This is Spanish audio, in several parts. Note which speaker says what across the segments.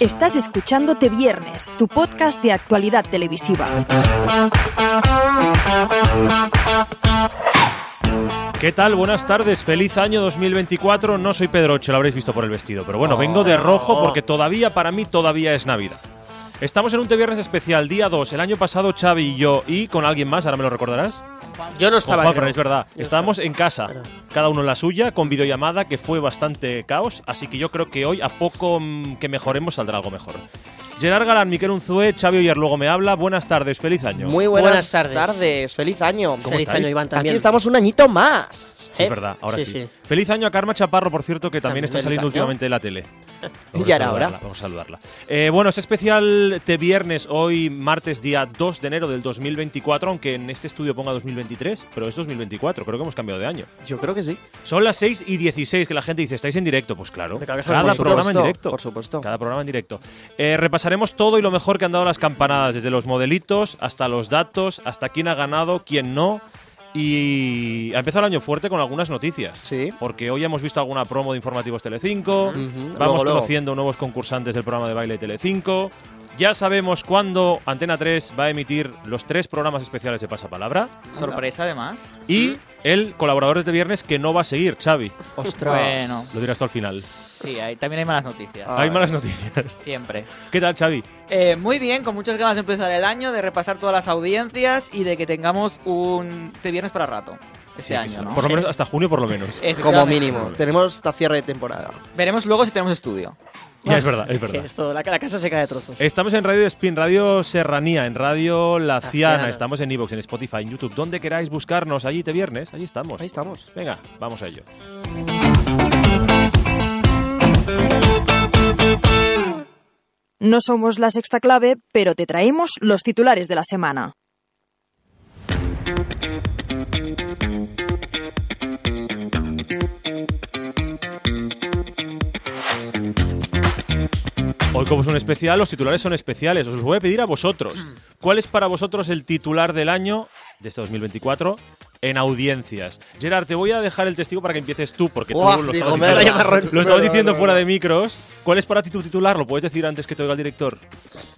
Speaker 1: Estás escuchando Te Viernes, tu podcast de actualidad televisiva.
Speaker 2: ¿Qué tal? Buenas tardes, feliz año 2024. No soy Pedro Ocho, lo habréis visto por el vestido, pero bueno, vengo de
Speaker 3: Oh.
Speaker 2: rojo porque todavía, para mí, todavía es Navidad. Estamos en un Te Viernes especial, día 2. El año pasado Xavi y yo, y con alguien más, ahora me lo recordarás.
Speaker 3: Yo no
Speaker 2: Con
Speaker 3: estaba.
Speaker 2: Juan,
Speaker 3: creo.
Speaker 2: pero es verdad.
Speaker 3: Yo
Speaker 2: Estábamos en casa, cada uno en la suya, con videollamada, que fue bastante caos. Así que yo creo que hoy, a poco mm, que mejoremos, saldrá algo mejor. Gerard Galán, Miquel Unzue, Xavi Oyer luego me habla. Buenas tardes, feliz año.
Speaker 4: Muy buenas,
Speaker 3: Buenas tardes.
Speaker 4: tardes. feliz año.
Speaker 3: Feliz
Speaker 2: estáis?
Speaker 3: año, Iván, también.
Speaker 4: Aquí estamos un añito más.
Speaker 2: Sí,
Speaker 3: ¿Eh?
Speaker 2: es verdad, ahora sí,
Speaker 3: Sí, sí.
Speaker 2: Feliz año a Karma Chaparro, por cierto, que también,
Speaker 4: También
Speaker 2: está
Speaker 4: feliz
Speaker 2: saliendo
Speaker 4: año.
Speaker 2: últimamente de la tele. Vamos
Speaker 4: Y
Speaker 2: a
Speaker 4: ahora,
Speaker 2: saludarla,
Speaker 4: ahora.
Speaker 2: Vamos a saludarla. Eh, bueno, es especial de viernes, hoy martes día 2 de enero del 2024, aunque en este estudio ponga 2023, pero es 2024, creo que hemos cambiado de año.
Speaker 4: Yo creo que sí.
Speaker 2: Son las 6 y 16 que la gente dice, ¿estáis en directo? Pues claro,
Speaker 3: Hombre, claro que
Speaker 2: cada
Speaker 3: estamos, por
Speaker 2: programa en
Speaker 4: supuesto,
Speaker 2: directo.
Speaker 4: por supuesto.
Speaker 2: Cada programa en directo. Eh, repasaremos todo y lo mejor que han dado las campanadas, desde los modelitos hasta los datos, hasta quién ha ganado, quién no. Y ha empezado el año fuerte con algunas noticias.
Speaker 4: Sí.
Speaker 2: Porque hoy hemos visto alguna promo de Informativos Telecinco, vamos
Speaker 4: Luego, luego.
Speaker 2: conociendo nuevos concursantes del programa de baile de Telecinco. Ya sabemos cuándo Antena 3 va a emitir los tres programas especiales de Pasapalabra
Speaker 5: Sorpresa además.
Speaker 2: y el colaborador de este viernes que no va a seguir, Xavi.
Speaker 4: Ostras.
Speaker 5: Bueno,
Speaker 2: Lo dirás tú al final.
Speaker 5: sí, hay- también hay malas noticias.
Speaker 4: Ah.
Speaker 2: Hay malas noticias.
Speaker 5: Siempre.
Speaker 2: ¿Qué tal, Xavi?
Speaker 5: Eh, muy bien, con muchas ganas de empezar el año, de repasar todas las audiencias y de que tengamos un Te Viernes para rato. Este año, ¿no?
Speaker 2: Por lo menos hasta junio, por lo menos.
Speaker 4: Como
Speaker 5: Efectivamente.
Speaker 4: mínimo. Tenemos esta cierre de temporada.
Speaker 5: Veremos luego si tenemos estudio.
Speaker 2: Ya, es verdad, es
Speaker 3: Que
Speaker 2: verdad.
Speaker 3: esto, la, la casa se cae a trozos.
Speaker 2: Estamos en Radio Spin, Radio Serranía, en Radio La Ciana,
Speaker 3: Ciana.
Speaker 2: estamos en Evox, en Spotify, en YouTube, donde queráis buscarnos, allí te viernes, allí estamos.
Speaker 4: Ahí estamos.
Speaker 2: Venga, vamos a ello.
Speaker 1: No somos la sexta clave, pero te traemos los titulares de la semana.
Speaker 2: Hoy como es un especial, los titulares son especiales. Os los voy a pedir a
Speaker 3: Mm.
Speaker 2: vosotros. ¿Cuál es para vosotros el titular del año de este 2024 en audiencias? Gerard, te voy a dejar el testigo para que empieces tú, porque
Speaker 4: Buah,
Speaker 2: tú lo
Speaker 4: digo,
Speaker 2: estabas
Speaker 4: me
Speaker 2: diciendo,
Speaker 4: voy a arran-
Speaker 2: lo
Speaker 4: me
Speaker 2: estabas
Speaker 4: voy a
Speaker 2: diciendo
Speaker 4: arran-
Speaker 2: fuera de micros. ¿Cuál es para ti tu titular? Lo puedes decir antes que te oiga el director.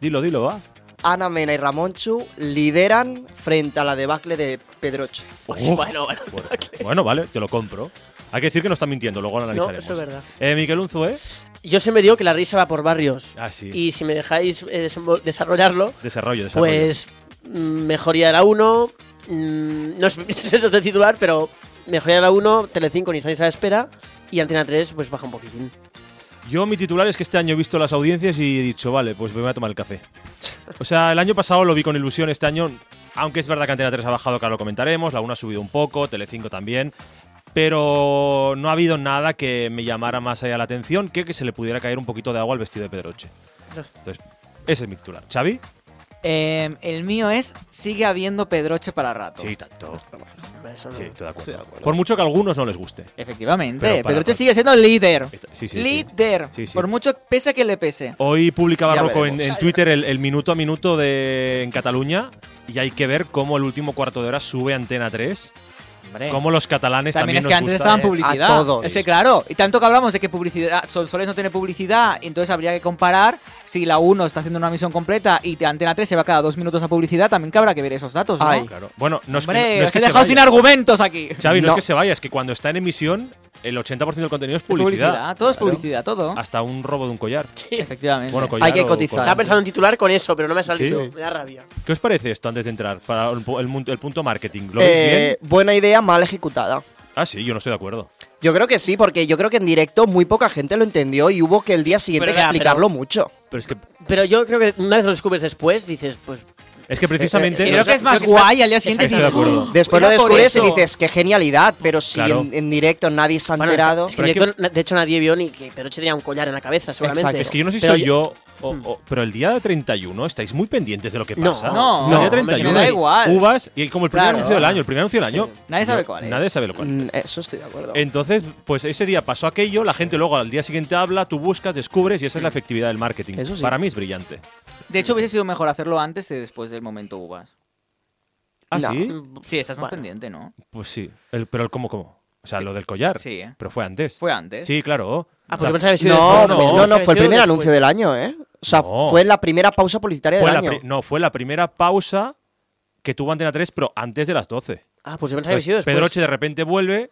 Speaker 2: Dilo, dilo, va.
Speaker 4: Ana Mena y Ramonchu lideran frente a la debacle de Pedroche.
Speaker 2: Uf.
Speaker 3: Bueno, bueno.
Speaker 2: Bueno, bueno, vale, te lo compro. Hay que decir que no está mintiendo, luego lo
Speaker 3: No,
Speaker 2: analizaremos.
Speaker 3: eso es verdad.
Speaker 2: Eh, Miquel Unzue,
Speaker 3: Yo siempre digo que la risa va por barrios.
Speaker 2: Ah, sí.
Speaker 3: Y si me dejáis eh, desenvol- desarrollarlo,
Speaker 2: desarrollo, desarrollo.
Speaker 3: pues mm, mejoría uno. 1. No es, eso es de titular, pero mejoría la 1, Telecinco ni estáis a la espera. Y Antena 3, pues baja un poquitín.
Speaker 2: Yo mi titular es que este año he visto las audiencias y he dicho, vale, pues me voy a tomar el café. O sea, el año pasado lo vi con ilusión, este año, aunque es verdad que Antena 3 ha bajado, que ahora lo comentaremos, la 1 ha subido un poco, Telecinco también, pero no ha habido nada que me llamara más allá la atención que que se le pudiera caer un poquito de agua al vestido de Pedroche. Entonces, ese es mi titular. ¿Xavi?
Speaker 5: Eh, el mío es sigue habiendo Pedroche para rato.
Speaker 2: Sí, tanto.
Speaker 3: Eso no.
Speaker 2: Sí, estoy de acuerdo.
Speaker 4: Estoy de acuerdo.
Speaker 2: Por mucho que a algunos no les guste. Pero para
Speaker 5: Efectivamente, Pedroche
Speaker 2: rato.
Speaker 5: sigue siendo líder.
Speaker 2: Sí, sí, sí.
Speaker 5: líder.
Speaker 2: Sí, sí.
Speaker 5: Por mucho pese a que le pese.
Speaker 2: Hoy publicaba
Speaker 4: Ya
Speaker 2: Rocco en,
Speaker 4: veremos.
Speaker 2: en Twitter el, el minuto a minuto de en Cataluña y hay que ver cómo el último cuarto de hora sube Antena 3,
Speaker 5: Hombre.
Speaker 2: cómo los catalanes
Speaker 5: Eh,
Speaker 2: también,
Speaker 5: También es que antes
Speaker 2: nos gusta.
Speaker 5: estaban
Speaker 4: eh, a
Speaker 5: publicidad.
Speaker 4: todos.
Speaker 5: Es que claro, y tanto que hablamos de que publicidad, Sol Soles no tiene publicidad, entonces habría que comparar si la 1 está haciendo una misión completa y te- Antena 3 se va cada dos minutos a publicidad, también que habrá que ver esos datos, ¿no?
Speaker 4: Ay,
Speaker 2: Claro. Bueno, no es que,
Speaker 5: Hombre,
Speaker 2: no
Speaker 5: os
Speaker 2: es que
Speaker 5: he
Speaker 2: se
Speaker 5: dejado sin
Speaker 2: vaya.
Speaker 5: argumentos aquí.
Speaker 2: Xavi, no.
Speaker 4: No.
Speaker 2: es que se vaya, es que cuando está en emisión el 80% del contenido es publicidad.
Speaker 5: todo es
Speaker 2: Claro.
Speaker 5: publicidad, todo.
Speaker 2: Hasta un robo de un collar.
Speaker 5: Efectivamente.
Speaker 2: Bueno, collar
Speaker 4: que
Speaker 2: o
Speaker 4: cotizar.
Speaker 2: cosa.
Speaker 3: Estaba pensando en titular con eso, pero no me ha salido.
Speaker 2: Sí.
Speaker 3: Me da rabia.
Speaker 2: ¿Qué os parece esto antes de entrar para el, pu- el mun- el punto marketing? ¿Lo
Speaker 4: Eh,
Speaker 2: veis bien?
Speaker 4: buena idea, mal ejecutada.
Speaker 2: Ah, sí, yo no estoy de acuerdo.
Speaker 4: Yo creo que sí, porque yo creo que en directo muy poca gente lo entendió y hubo que el día siguiente
Speaker 3: Pero ya,
Speaker 4: explicarlo mucho.
Speaker 2: Pero es que
Speaker 3: Pero yo creo que una vez lo descubres después, dices, pues
Speaker 2: es que precisamente
Speaker 4: eh,
Speaker 5: creo que es más guay al día siguiente.
Speaker 2: Estoy de
Speaker 5: dices,
Speaker 2: acuerdo.
Speaker 5: "Uh,
Speaker 4: Después
Speaker 5: era
Speaker 4: lo
Speaker 5: por
Speaker 4: descubres y
Speaker 5: eso".
Speaker 4: dices, qué genialidad, pero si
Speaker 2: Claro.
Speaker 4: en, en directo nadie se ha
Speaker 3: Bueno,
Speaker 4: enterado.
Speaker 3: es que
Speaker 2: Pero
Speaker 3: en
Speaker 2: es
Speaker 3: directo, de hecho, nadie vio ni que Peroche tenía un collar en la cabeza, seguramente.
Speaker 4: Exacto.
Speaker 2: Es que yo no sé si
Speaker 3: Pero Hmm.
Speaker 2: soy yo, o- o- pero el día 31 estáis muy pendientes de lo que
Speaker 3: No,
Speaker 2: pasa.
Speaker 5: no,
Speaker 2: el día
Speaker 3: no,
Speaker 2: 31
Speaker 3: me da
Speaker 2: es
Speaker 5: igual.
Speaker 2: Uvas y como el primer
Speaker 5: Claro.
Speaker 2: anuncio del año, el primer anuncio del año.
Speaker 5: Nadie sabe
Speaker 2: yo-
Speaker 5: cuál es.
Speaker 2: Nadie sabe lo cual. es.
Speaker 4: Mm, Eso estoy de acuerdo.
Speaker 3: Eh,
Speaker 2: Entonces, pues ese día pasó aquello, la gente luego al día siguiente habla, tú buscas, descubres y
Speaker 3: Hmm.
Speaker 2: esa es la efectividad del marketing.
Speaker 4: Eso sí.
Speaker 2: Para mí es brillante.
Speaker 5: De hecho, hubiese sido mejor hacerlo antes que después del momento uvas.
Speaker 2: ¿Ah,
Speaker 4: No.
Speaker 2: sí?
Speaker 3: Hmm.
Speaker 5: Sí, estás más
Speaker 3: Bueno.
Speaker 5: pendiente, ¿no?
Speaker 2: Pues sí. El- pero el cómo, cómo. O sea, lo del collar.
Speaker 5: Sí, ¿eh?
Speaker 2: Pero fue antes.
Speaker 5: Fue antes.
Speaker 2: Sí, claro.
Speaker 3: Ah,
Speaker 2: O
Speaker 3: pues
Speaker 2: sea,
Speaker 3: yo pensaba que había sido
Speaker 4: No,
Speaker 3: después.
Speaker 4: no, no,
Speaker 3: Pensaba
Speaker 4: fue
Speaker 3: que
Speaker 4: el
Speaker 3: había sido
Speaker 4: primer
Speaker 3: después.
Speaker 4: anuncio del año, ¿eh? O sea,
Speaker 2: No.
Speaker 4: fue la primera pausa publicitaria
Speaker 2: Fue
Speaker 4: del
Speaker 2: la
Speaker 4: año.
Speaker 2: pri- no, fue la primera pausa que tuvo Antena 3, pero antes de las 12.
Speaker 3: Ah, pues yo pensaba que había sido
Speaker 2: Entonces,
Speaker 3: después.
Speaker 2: Pedroche de repente vuelve.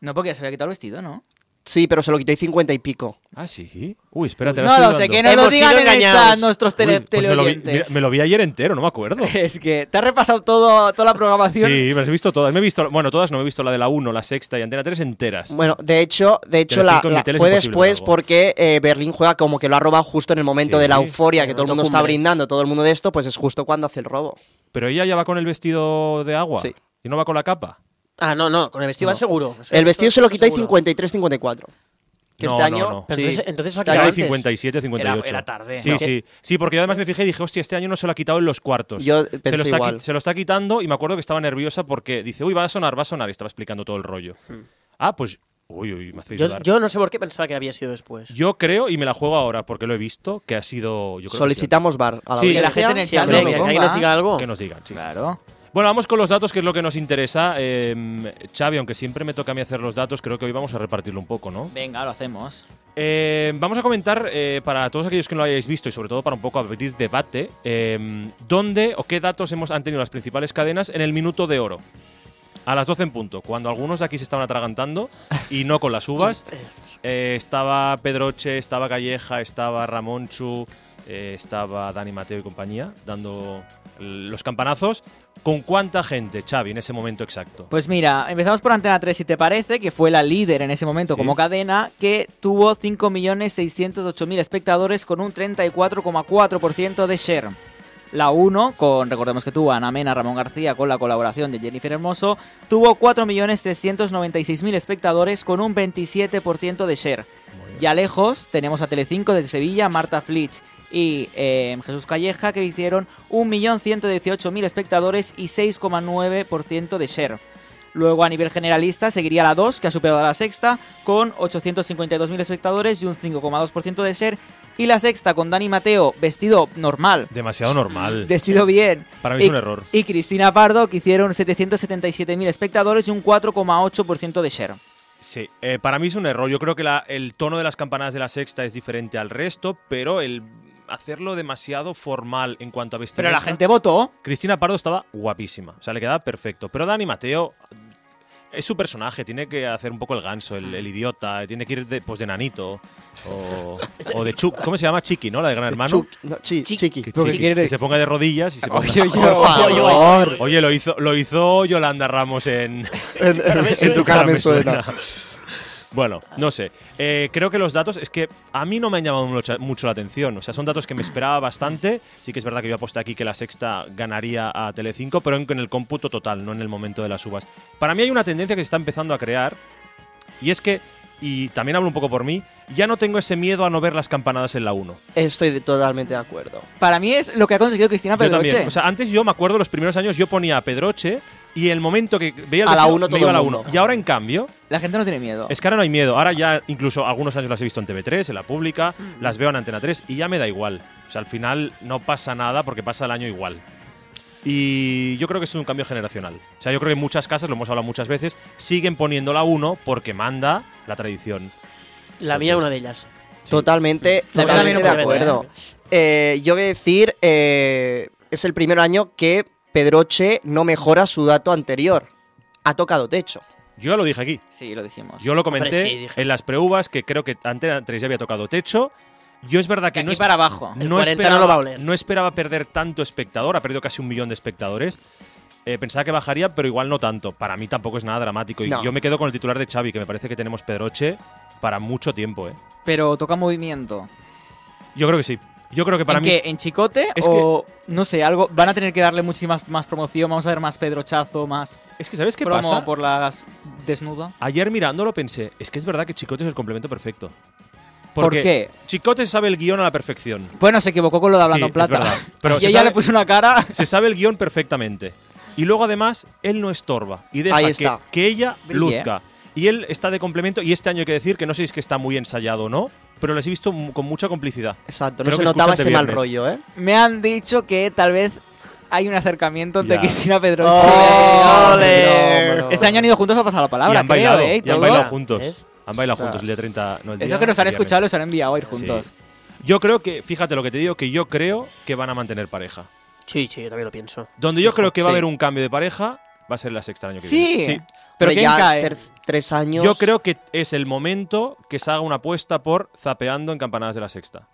Speaker 5: No, porque ya se había quitado el vestido, ¿no?
Speaker 4: Sí, pero se lo quitó y 50 y pico.
Speaker 2: Ah, sí. Uy, espérate. ahora
Speaker 5: No lo
Speaker 2: estoy
Speaker 5: sé,
Speaker 2: dudando.
Speaker 5: que no lo
Speaker 3: Hemos
Speaker 5: digan
Speaker 3: sido
Speaker 5: en el
Speaker 3: engañados.
Speaker 5: chat nuestros tele-
Speaker 2: Uy, pues me, lo vi, mira,
Speaker 5: teleoyentes.
Speaker 2: me lo vi ayer entero, no me acuerdo. sí,
Speaker 5: Es que te has repasado todo, toda la programación.
Speaker 2: me las he visto todas. Me he visto, bueno, todas no me he visto la de la 1, la sexta y Antena 3 enteras.
Speaker 4: Bueno, de hecho, de hecho la,
Speaker 2: Telecinco en mi
Speaker 4: la-
Speaker 2: tele es
Speaker 4: fue
Speaker 2: imposible
Speaker 4: después
Speaker 2: verlo.
Speaker 4: porque eh, Berlín juega como que lo ha robado justo en el momento
Speaker 2: Sí.
Speaker 4: de la euforia que todo el
Speaker 3: momento
Speaker 4: mundo está
Speaker 3: cumbre.
Speaker 4: brindando, todo el mundo de esto, pues es justo cuando hace el robo.
Speaker 2: Pero ella ya va con el vestido de agua.
Speaker 4: Sí.
Speaker 2: Y no va con la capa.
Speaker 3: Ah, no, no, con el vestido va seguro. Eso-
Speaker 4: El vestido
Speaker 3: eso-
Speaker 4: se lo
Speaker 3: eso
Speaker 4: quita y
Speaker 3: seguro.
Speaker 4: 53-54. Que
Speaker 2: No,
Speaker 4: este
Speaker 2: no,
Speaker 4: año...
Speaker 2: no.
Speaker 3: Pero
Speaker 4: sí.
Speaker 3: entonces- entonces
Speaker 4: Este
Speaker 3: ha
Speaker 2: Ya
Speaker 4: año
Speaker 3: quedado
Speaker 2: hay
Speaker 3: antes.
Speaker 2: 57, 58.
Speaker 3: Era- era tarde,
Speaker 2: Sí,
Speaker 3: ¿no?
Speaker 2: sí. Sí, porque yo además me fijé y dije, hostia, este año no se lo ha quitado en los cuartos.
Speaker 4: Yo
Speaker 2: se,
Speaker 4: pensé
Speaker 2: lo está qui-
Speaker 4: igual.
Speaker 2: se lo está quitando y me acuerdo que estaba nerviosa porque dice, uy, va a sonar, va a sonar. Y estaba explicando todo el rollo. Ah, pues, uy, uy, me hacéis
Speaker 3: Yo,
Speaker 2: dudar.
Speaker 3: yo no sé por qué pensaba que había sido después.
Speaker 2: Yo creo, y me la juego ahora porque lo he visto, que ha sido. Yo creo que
Speaker 4: Solicitamos bar a la
Speaker 2: Sí. Que
Speaker 4: audiencia.
Speaker 2: la
Speaker 5: gente en el
Speaker 3: Sí,
Speaker 5: Ya
Speaker 3: hombre,
Speaker 5: no lo
Speaker 3: que alguien
Speaker 5: ponga.
Speaker 3: nos diga
Speaker 2: sí,
Speaker 3: algo.
Speaker 2: Que nos digan, sí, sí,
Speaker 5: Claro.
Speaker 2: sí. Bueno, vamos con los datos, que es lo que nos interesa. Eh, Xavi, aunque siempre me toca a mí hacer los datos, creo que hoy vamos a repartirlo un poco, ¿no?
Speaker 5: Venga, lo hacemos.
Speaker 2: Eh, vamos a comentar, eh, para todos aquellos que no lo hayáis visto y sobre todo para un poco abrir debate, eh, dónde o qué datos hemos, han tenido las principales cadenas en el minuto de oro. A las 12 en punto, cuando algunos de aquí se estaban atragantando y no con las uvas. Eh, estaba Pedroche, estaba Calleja, estaba Ramonchu, eh, estaba Dani Mateo y compañía dando l- los campanazos. ¿Con cuánta gente, Xavi, en ese momento exacto?
Speaker 5: Pues mira, empezamos por Antena 3, si te parece, que fue la líder en ese momento
Speaker 2: Sí.
Speaker 5: como cadena, que tuvo 5.608.000 espectadores con un 34,4% de share. La 1, con, recordemos que tuvo a Ana Mena, Ramón García con la colaboración de Jennifer Hermoso, tuvo 4.396.000 espectadores con un 27% de share. Ya lejos tenemos a Telecinco de Sevilla, Marta Flitch y eh, Jesús Calleja que hicieron 1.118.000 espectadores y 6,9% de share. Luego a nivel generalista seguiría la 2 que ha superado a la sexta con 852.000 espectadores y un 5,2% de share. Y la sexta con Dani Mateo vestido normal,
Speaker 2: Demasiado normal.
Speaker 5: vestido bien.
Speaker 2: Para mí es
Speaker 5: y-
Speaker 2: un error.
Speaker 5: Y Cristina Pardo que hicieron 777.000 espectadores y un 4,8% de share.
Speaker 2: Sí, eh, para mí es un error. Yo creo que la- el tono de las campanadas de la sexta es diferente al resto, pero el hacerlo demasiado formal en cuanto a vestir.
Speaker 5: Pero la gente votó.
Speaker 2: Cristina Pardo estaba guapísima, o sea, le quedaba perfecto. Pero Dani Mateo eh, es su personaje, tiene que hacer un poco el ganso, el, el idiota, tiene que ir de, pues, de nanito o, o de Chuck. ¿Cómo se llama? Chiqui, ¿no? La de Gran Hermano.
Speaker 4: Chuc- no, sí, Chiqui.
Speaker 2: Que
Speaker 5: Pero
Speaker 2: Chiqui,
Speaker 5: si quiere-
Speaker 2: que se ponga de rodillas y se ponga-
Speaker 5: Oye, oye,
Speaker 4: Por favor.
Speaker 2: Oye, lo hizo, lo hizo Yolanda Ramos en,
Speaker 4: En, en tu cara me suena.
Speaker 2: Bueno, no sé. Eh, creo que los datos es que a mí no me han llamado mucho, mucho la atención. O sea, son datos que me esperaba bastante. Sí que es verdad que yo aposté aquí que la sexta ganaría a Telecinco, pero en, en el cómputo total, no en el momento de las uvas. Para mí hay una tendencia que se está empezando a crear y es que, y también hablo un poco por mí, ya no tengo ese miedo a no ver las campanadas en la 1.
Speaker 4: Estoy de- totalmente de acuerdo.
Speaker 5: Para mí es lo que ha conseguido
Speaker 4: Ah,
Speaker 5: Cristina
Speaker 2: Yo
Speaker 5: Pedroche.
Speaker 2: también. O sea, antes yo me acuerdo los primeros años yo ponía a Pedroche y el momento que veía el
Speaker 4: A la
Speaker 2: vecino,
Speaker 4: uno
Speaker 2: me
Speaker 4: todo
Speaker 2: iba a
Speaker 4: el
Speaker 2: la
Speaker 4: mundo.
Speaker 2: 1. Y ahora en cambio,
Speaker 5: La gente no tiene miedo.
Speaker 2: Es que ahora no hay miedo. Ahora ya incluso algunos años las he visto en TV3, en la pública, las veo en Antena 3 y ya me da igual. O sea, al final no pasa nada porque pasa el año igual. Y yo creo que es un cambio generacional. O sea, yo creo que muchas casas, lo hemos hablado muchas veces, siguen poniendo la 1 porque manda la tradición.
Speaker 3: La mía es una de ellas.
Speaker 4: Totalmente,
Speaker 5: La verdad,
Speaker 4: totalmente de
Speaker 5: también lo
Speaker 4: acuerdo. Eh, yo voy a decir, eh, es el primer año que Pedroche no mejora su dato anterior. Ha tocado techo.
Speaker 2: Yo ya lo dije aquí.
Speaker 5: Sí, lo dijimos.
Speaker 2: Yo lo comenté
Speaker 3: sí, dije.
Speaker 2: en las preuvas que creo que Antena 3 ya había tocado techo. Yo es verdad que
Speaker 5: aquí
Speaker 2: no es
Speaker 5: para abajo.
Speaker 3: El 40 no lo va a oler.
Speaker 2: no esperaba perder tanto espectador, ha perdido casi un millón de espectadores. Eh, pensaba que bajaría, pero igual no tanto. Para mí tampoco es nada dramático. Y
Speaker 4: No.
Speaker 2: yo me quedo con el titular de Xavi, que me parece que tenemos Pedroche para mucho tiempo, ¿eh?
Speaker 5: Pero toca movimiento.
Speaker 2: Yo creo que sí. Yo creo que para
Speaker 5: ¿En
Speaker 2: mí.
Speaker 5: qué? ¿En chicote?
Speaker 2: es
Speaker 5: o no sé, algo. Van a tener que darle muchísima más promoción. Vamos a ver más pedrochazo, más
Speaker 2: Es que, ¿sabes qué
Speaker 5: promo
Speaker 2: pasa?
Speaker 5: por la desnuda.
Speaker 2: Ayer mirándolo pensé, es que es verdad que Chicote es el complemento perfecto.
Speaker 5: ¿Por qué?
Speaker 2: Chicote sabe el guión a la perfección.
Speaker 5: Bueno, Pues se equivocó con lo de hablando
Speaker 2: Sí,
Speaker 5: en plata.
Speaker 2: es verdad. Pero
Speaker 5: y
Speaker 2: se
Speaker 5: ella
Speaker 2: sabe-
Speaker 5: le puso una cara.
Speaker 2: Se sabe el guión perfectamente. Y luego, además, él no estorba. Y deja
Speaker 4: Ahí
Speaker 2: que-
Speaker 4: está.
Speaker 2: Que, ella
Speaker 5: Brille.
Speaker 2: luzca. Y él está de complemento. Y este año hay que decir que no sé si es que está muy ensayado o no, pero les he visto mu- con mucha complicidad.
Speaker 4: Exacto, no
Speaker 2: Creo
Speaker 4: se
Speaker 2: que escuchan
Speaker 4: notaba ese
Speaker 2: de
Speaker 4: mal
Speaker 2: viernes.
Speaker 4: rollo, ¿eh?
Speaker 5: Me han dicho que tal vez hay un acercamiento entre
Speaker 2: Ya.
Speaker 5: Cristina Pedroche.
Speaker 4: ¡Ole!
Speaker 5: Hombre, no. Este año han ido juntos a pasar la
Speaker 2: y
Speaker 5: palabra,
Speaker 2: han
Speaker 5: creo,
Speaker 2: bailado.
Speaker 5: ¿eh? Y
Speaker 2: y han
Speaker 5: todo.
Speaker 2: bailado juntos.
Speaker 3: ¿Ves?
Speaker 2: Han bailado juntos el día
Speaker 4: Ostras.
Speaker 2: 30. no, el
Speaker 5: Eso
Speaker 2: día,
Speaker 5: que nos han
Speaker 2: el día
Speaker 5: escuchado
Speaker 2: mes.
Speaker 5: los han enviado a ir juntos.
Speaker 2: Sí. Yo creo que, fíjate lo que te digo, que yo creo que van a mantener pareja.
Speaker 3: Sí, sí, yo también lo pienso.
Speaker 2: Donde yo creo que va a
Speaker 4: sí.
Speaker 2: haber un cambio de pareja va a ser la sexta el año que
Speaker 5: Sí.
Speaker 2: viene.
Speaker 5: Pero ¿quién
Speaker 4: ya
Speaker 5: cae?
Speaker 4: ter- tres años.
Speaker 2: Yo creo que es el momento que se haga una apuesta por zapeando en campanadas de la sexta.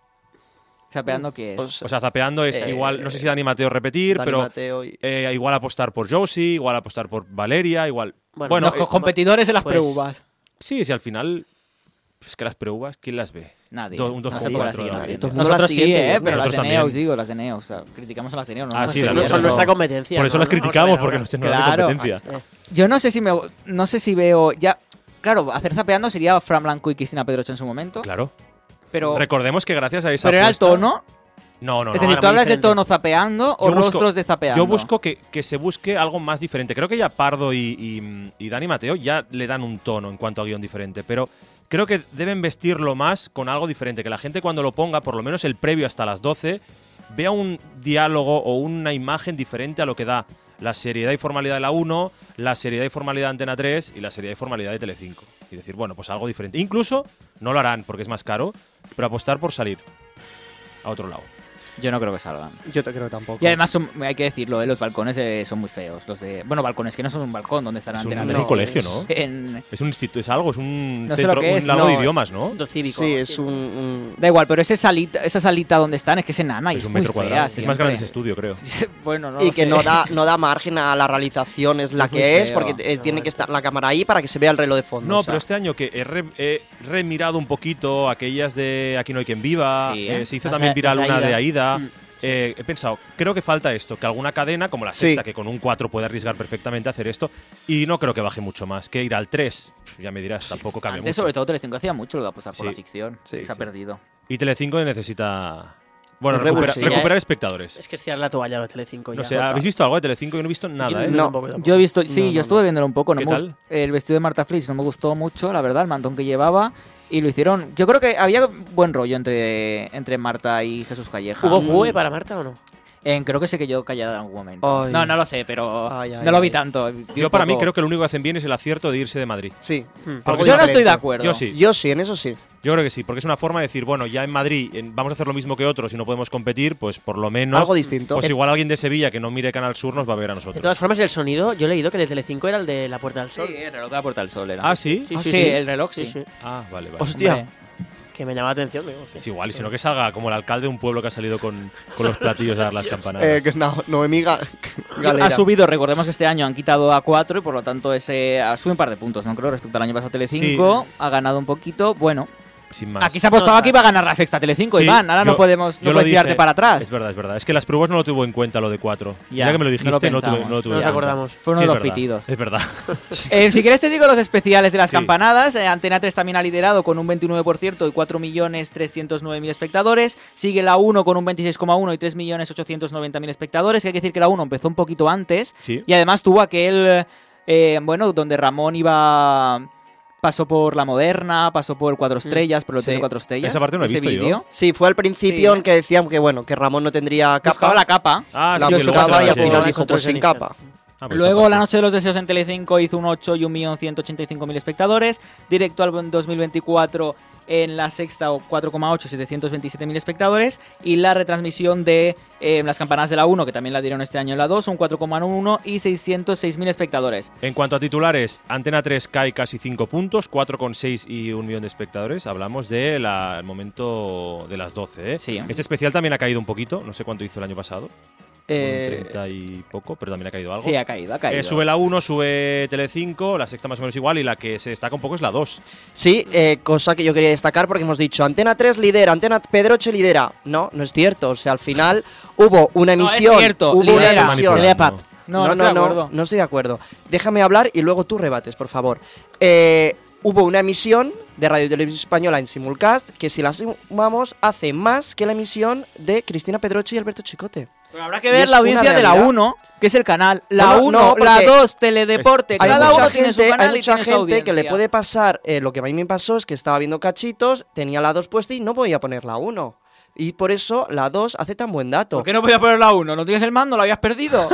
Speaker 5: Zapeando que es.
Speaker 4: Pues,
Speaker 2: O sea, zapeando es
Speaker 4: Eh,
Speaker 2: igual, no sé si Dani Mateo repetir,
Speaker 4: Dani
Speaker 2: pero
Speaker 4: Mateo y-
Speaker 2: eh, igual apostar por Josie, igual apostar por Valeria, igual.
Speaker 3: Bueno,
Speaker 2: Bueno,
Speaker 5: los
Speaker 2: eh,
Speaker 5: co- competidores en las
Speaker 3: pues-
Speaker 5: preubas.
Speaker 2: sí, si al final. Es que las preuvas, ¿quién las ve?
Speaker 5: Nadie.
Speaker 2: Do- un dos
Speaker 5: No
Speaker 2: con
Speaker 5: se podrá
Speaker 2: cuatro,
Speaker 5: seguir
Speaker 2: ¿no?
Speaker 5: haciendo.
Speaker 4: Todo el mundo
Speaker 5: Nosotros
Speaker 4: la
Speaker 5: sí,
Speaker 4: siguiente,
Speaker 5: ¿eh?
Speaker 4: ¿no?
Speaker 5: Pero las
Speaker 2: Nosotros
Speaker 5: Eneos,
Speaker 2: también.
Speaker 5: digo, las Eneos. O sea, criticamos a las Eneos. No
Speaker 2: Ah,
Speaker 5: nos
Speaker 2: sí,
Speaker 5: gusta.
Speaker 2: la
Speaker 3: no son
Speaker 2: mierda.
Speaker 3: nuestra competencia.
Speaker 2: Por eso
Speaker 3: no,
Speaker 2: las
Speaker 3: no,
Speaker 2: criticamos,
Speaker 3: no,
Speaker 2: porque
Speaker 3: no.
Speaker 2: nos tienen la
Speaker 5: Claro.
Speaker 2: competencia.
Speaker 3: Eh,
Speaker 5: Yo no sé si me no sé si veo ya claro, hacer zapeando sería Fran Blanco y Cristina Pedroche en su momento,
Speaker 2: Claro.
Speaker 5: pero
Speaker 2: Recordemos que gracias a esa.
Speaker 5: pero era el
Speaker 2: apuesta-
Speaker 5: tono,
Speaker 2: No, no, no.
Speaker 5: es decir,
Speaker 3: era
Speaker 5: tú
Speaker 3: muy
Speaker 5: hablas de
Speaker 3: diferente.
Speaker 5: tono zapeando o
Speaker 2: Yo busco-
Speaker 5: rostros de zapeando.
Speaker 2: Yo busco que, que se busque algo más diferente. Creo que ya Pardo y, y- y Dani Mateo ya le dan un tono en cuanto a guión diferente, pero creo que deben vestirlo más con algo diferente. Que la gente cuando lo ponga, por lo menos el previo hasta las 12, vea un diálogo o una imagen diferente a lo que da la seriedad y formalidad de la 1, la seriedad y formalidad de Antena 3 y la seriedad y formalidad de Telecinco. Y decir, bueno, pues algo diferente. Incluso no lo harán porque es más caro, pero apostar por salir a otro lado.
Speaker 5: Yo no creo que salgan.
Speaker 4: Yo te creo tampoco.
Speaker 5: Y además son- hay que decirlo, ¿eh? los balcones eh, son muy feos, los de bueno, balcones que no son un balcón donde estarán
Speaker 2: Es un,
Speaker 5: Antena
Speaker 2: es un
Speaker 5: 3.
Speaker 4: no,
Speaker 2: colegio,
Speaker 4: es-
Speaker 2: ¿no?
Speaker 5: En-
Speaker 2: Es un instituto, es algo, es un,
Speaker 5: No sé lo
Speaker 2: centro,
Speaker 5: que
Speaker 2: un
Speaker 5: es,
Speaker 2: lago de
Speaker 4: no,
Speaker 2: idiomas, ¿no?
Speaker 3: Centro cívico.
Speaker 4: sí, es un, un-
Speaker 5: da igual, pero ese salita, esa salita donde están es que es enana y
Speaker 2: Es
Speaker 5: es,
Speaker 2: un
Speaker 5: muy
Speaker 2: metro
Speaker 5: fea
Speaker 2: cuadrado. Es más
Speaker 5: siempre.
Speaker 2: grande ese estudio, creo.
Speaker 5: bueno, no
Speaker 4: y
Speaker 5: lo
Speaker 4: que
Speaker 5: sé.
Speaker 4: no da, no da margen a la realización, es la
Speaker 5: Es muy
Speaker 4: que es,
Speaker 5: feo.
Speaker 4: porque eh, tiene que estar la cámara ahí para que se vea el reloj de fondo.
Speaker 2: No,
Speaker 4: o sea.
Speaker 2: pero este año que he, re- he remirado un poquito aquellas de Aquí no hay quien viva,
Speaker 5: Sí,
Speaker 2: eh,
Speaker 5: ¿eh?
Speaker 2: se hizo
Speaker 5: Las
Speaker 2: también
Speaker 5: de-
Speaker 2: viral
Speaker 5: las de
Speaker 2: una de
Speaker 5: Aida.
Speaker 2: Aida.
Speaker 5: Mm,
Speaker 2: eh, he pensado, creo que falta esto, que alguna cadena, como la
Speaker 4: Sí.
Speaker 2: sexta, que con un 4 puede arriesgar perfectamente a hacer esto, y no creo que baje mucho más, que ir al 3, ya me dirás, tampoco cambia
Speaker 5: Antes,
Speaker 2: mucho.
Speaker 5: sobre todo, Telecinco hacía mucho lo de apostar
Speaker 2: Sí.
Speaker 5: por la ficción.
Speaker 4: Sí,
Speaker 5: se ha
Speaker 4: sí.
Speaker 5: perdido.
Speaker 2: Y Telecinco necesita, bueno,
Speaker 4: Un reboot,
Speaker 2: recupera-
Speaker 4: sí, ya,
Speaker 2: recuperar
Speaker 3: eh.
Speaker 2: espectadores.
Speaker 3: Es que es tirar la toalla a los Telecinco ya.
Speaker 2: No sé, ¿habéis visto algo de Telecinco? Yo no he visto nada, ¿eh?
Speaker 4: No.
Speaker 3: Tampoco, tampoco.
Speaker 5: Yo he visto, sí,
Speaker 4: No, no,
Speaker 5: yo estuve viéndolo un poco. No
Speaker 2: ¿Qué
Speaker 5: me
Speaker 2: tal?
Speaker 5: gust- el vestido de Marta Fritz no me gustó mucho, la verdad, el mantón que llevaba. Y lo hicieron. Yo creo que había buen rollo entre, entre Marta y Jesús Calleja.
Speaker 4: Ah.
Speaker 3: ¿Hubo juego para Marta o no?
Speaker 5: En- creo que sé que yo callada en algún momento.
Speaker 4: Ay.
Speaker 5: No, no lo sé, pero
Speaker 4: Ay, ay,
Speaker 5: no lo
Speaker 4: ay.
Speaker 5: vi tanto. vi
Speaker 2: Yo
Speaker 5: un
Speaker 2: para mí
Speaker 5: poco.
Speaker 2: creo que lo único que hacen bien es el acierto de irse de Madrid.
Speaker 4: Sí.
Speaker 2: Porque
Speaker 4: algo
Speaker 5: Hmm. Yo no estoy de
Speaker 4: diferente.
Speaker 5: acuerdo.
Speaker 2: Yo sí.
Speaker 4: Yo sí, en eso sí.
Speaker 2: Yo creo que sí, porque es una forma de decir, bueno, ya en Madrid en- vamos a hacer lo mismo que otros y no podemos competir, pues por lo menos.
Speaker 4: Algo distinto.
Speaker 2: Pues igual alguien de Sevilla que no mire Canal Sur nos va a ver a nosotros.
Speaker 3: De todas formas, el sonido, yo he leído que el de Telecinco era el de La Puerta del
Speaker 5: Sí,
Speaker 3: Sol.
Speaker 5: el reloj de la Puerta del Sol era.
Speaker 2: Ah, sí.
Speaker 5: Ah, sí, el reloj sí.
Speaker 2: Ah, vale, vale.
Speaker 4: Eh, Hostia.
Speaker 5: Hombre.
Speaker 3: Que me llama la atención, digo. sí.
Speaker 2: Es igual, y sino que salga como el alcalde de un pueblo que ha salido con, con los platillos a dar las campanadas.
Speaker 4: Eh, que no, Noemí Ga- Galera.
Speaker 5: Ha subido, recordemos que este año han quitado a 4 y por lo tanto ese ha subido un par de puntos, ¿no? Creo respecto al año pasado Telecinco, ha ganado un poquito, bueno.
Speaker 2: sin más.
Speaker 5: Aquí se apostaba
Speaker 3: No,
Speaker 5: que iba a ganar la sexta Telecinco,
Speaker 2: Sí,
Speaker 5: Iván, ahora no
Speaker 2: yo-
Speaker 5: podemos
Speaker 2: yo
Speaker 5: no
Speaker 2: lo
Speaker 5: puedes
Speaker 2: dije.
Speaker 5: tirarte para atrás.
Speaker 2: Es verdad, es verdad. Es que las pruebas no lo tuvo en cuenta lo de cuatro.
Speaker 5: Ya,
Speaker 2: Ya, que me lo
Speaker 5: no
Speaker 2: dijiste,
Speaker 5: lo
Speaker 2: no, tuve-
Speaker 5: pensamos.
Speaker 2: no lo tuve
Speaker 3: No nos
Speaker 2: en cuenta.
Speaker 3: acordamos.
Speaker 5: Fue uno
Speaker 2: Sí,
Speaker 5: de
Speaker 2: es
Speaker 5: los
Speaker 2: verdad,
Speaker 5: pitidos.
Speaker 2: Es verdad.
Speaker 5: Eh, si quieres te digo los especiales de las
Speaker 2: Sí.
Speaker 5: campanadas. Eh, Antena 3 también ha liderado con un 29% y 4.309.000 espectadores. Sigue la 1 con un 26,1 y 3.890.000 espectadores. Que hay que decir que la 1 empezó un poquito antes.
Speaker 2: Sí.
Speaker 5: Y además tuvo aquel, eh, bueno, donde Ramón iba... Pasó por La Moderna, pasó por Cuatro Estrellas, por el Hotel
Speaker 4: Sí.
Speaker 5: de Cuatro Estrellas.
Speaker 2: Mm. Esa parte no la he
Speaker 5: ese
Speaker 2: visto yo.
Speaker 5: vídeo.
Speaker 4: Sí, fue al principio
Speaker 5: Sí.
Speaker 4: en que decían que bueno, que Ramón no tendría
Speaker 5: Buscaba
Speaker 4: capa.
Speaker 5: la capa.
Speaker 2: Ah,
Speaker 4: la
Speaker 2: sí, que luego
Speaker 4: buscaba
Speaker 2: se
Speaker 4: y al
Speaker 2: la-
Speaker 4: final
Speaker 3: sí.
Speaker 4: dijo, pues sin capa.
Speaker 2: Ah, pues
Speaker 5: Luego
Speaker 2: esa
Speaker 5: La
Speaker 2: parte.
Speaker 5: Noche de los Deseos en Telecinco hizo un 8 y 1.185.000 espectadores. Directo al 2024 en la sexta o 4,8, 727.000 espectadores. Y la retransmisión de eh, Las Campanas de la 1, que también la dieron este año en la 2, un 4,1 y 606.000 espectadores.
Speaker 2: En cuanto a titulares, Antena 3 cae casi 5 puntos, 4,6 y un millón de espectadores. Hablamos del momento de las 12. ¿eh?
Speaker 5: Sí.
Speaker 2: Este especial también ha caído un poquito, no sé cuánto hizo el año pasado,
Speaker 4: Eh,
Speaker 2: un 30 y poco, pero también ha caído algo.
Speaker 5: Sí, ha caído, ha caído.
Speaker 2: Eh, sube la 1, sube Tele5, la sexta más o menos igual, y la que se destaca un poco es la 2.
Speaker 4: Sí, eh, cosa que yo quería destacar porque hemos dicho Antena 3 lidera, Antena Pedroche lidera. No, no es cierto. O sea, al final hubo una
Speaker 5: No, es
Speaker 4: emisión.
Speaker 5: cierto,
Speaker 4: hubo
Speaker 5: lidera.
Speaker 4: una emisión.
Speaker 5: Lidera Pap.
Speaker 2: No.
Speaker 5: No, no, estoy de acuerdo.
Speaker 4: no estoy de acuerdo. Déjame hablar y luego tú rebates, por favor. Eh, hubo una emisión de Radio y Televisión Española en simulcast que si la sumamos hace más que la emisión de Cristina Pedroche y Alberto Chicote.
Speaker 5: Pero habrá que
Speaker 4: Y
Speaker 5: ver
Speaker 4: es
Speaker 5: la
Speaker 4: una
Speaker 5: audiencia de la
Speaker 4: realidad.
Speaker 5: 1, que es el canal. La
Speaker 4: No, no,
Speaker 5: 1,
Speaker 4: no, porque
Speaker 5: la 2, Teledeporte.
Speaker 2: hay
Speaker 5: Cada
Speaker 2: mucha
Speaker 5: uno tiene su canal
Speaker 4: hay
Speaker 5: y
Speaker 4: mucha
Speaker 5: tiene su
Speaker 4: gente que le
Speaker 5: audiencia.
Speaker 4: puede pasar eh, lo que a mí me pasó es que estaba viendo cachitos, tenía la 2 puesta y no podía poner la 1. Y por eso la 2 hace tan buen dato.
Speaker 5: ¿Por qué no podía poner la 1? ¿No tienes el mando? ¿Lo habías perdido?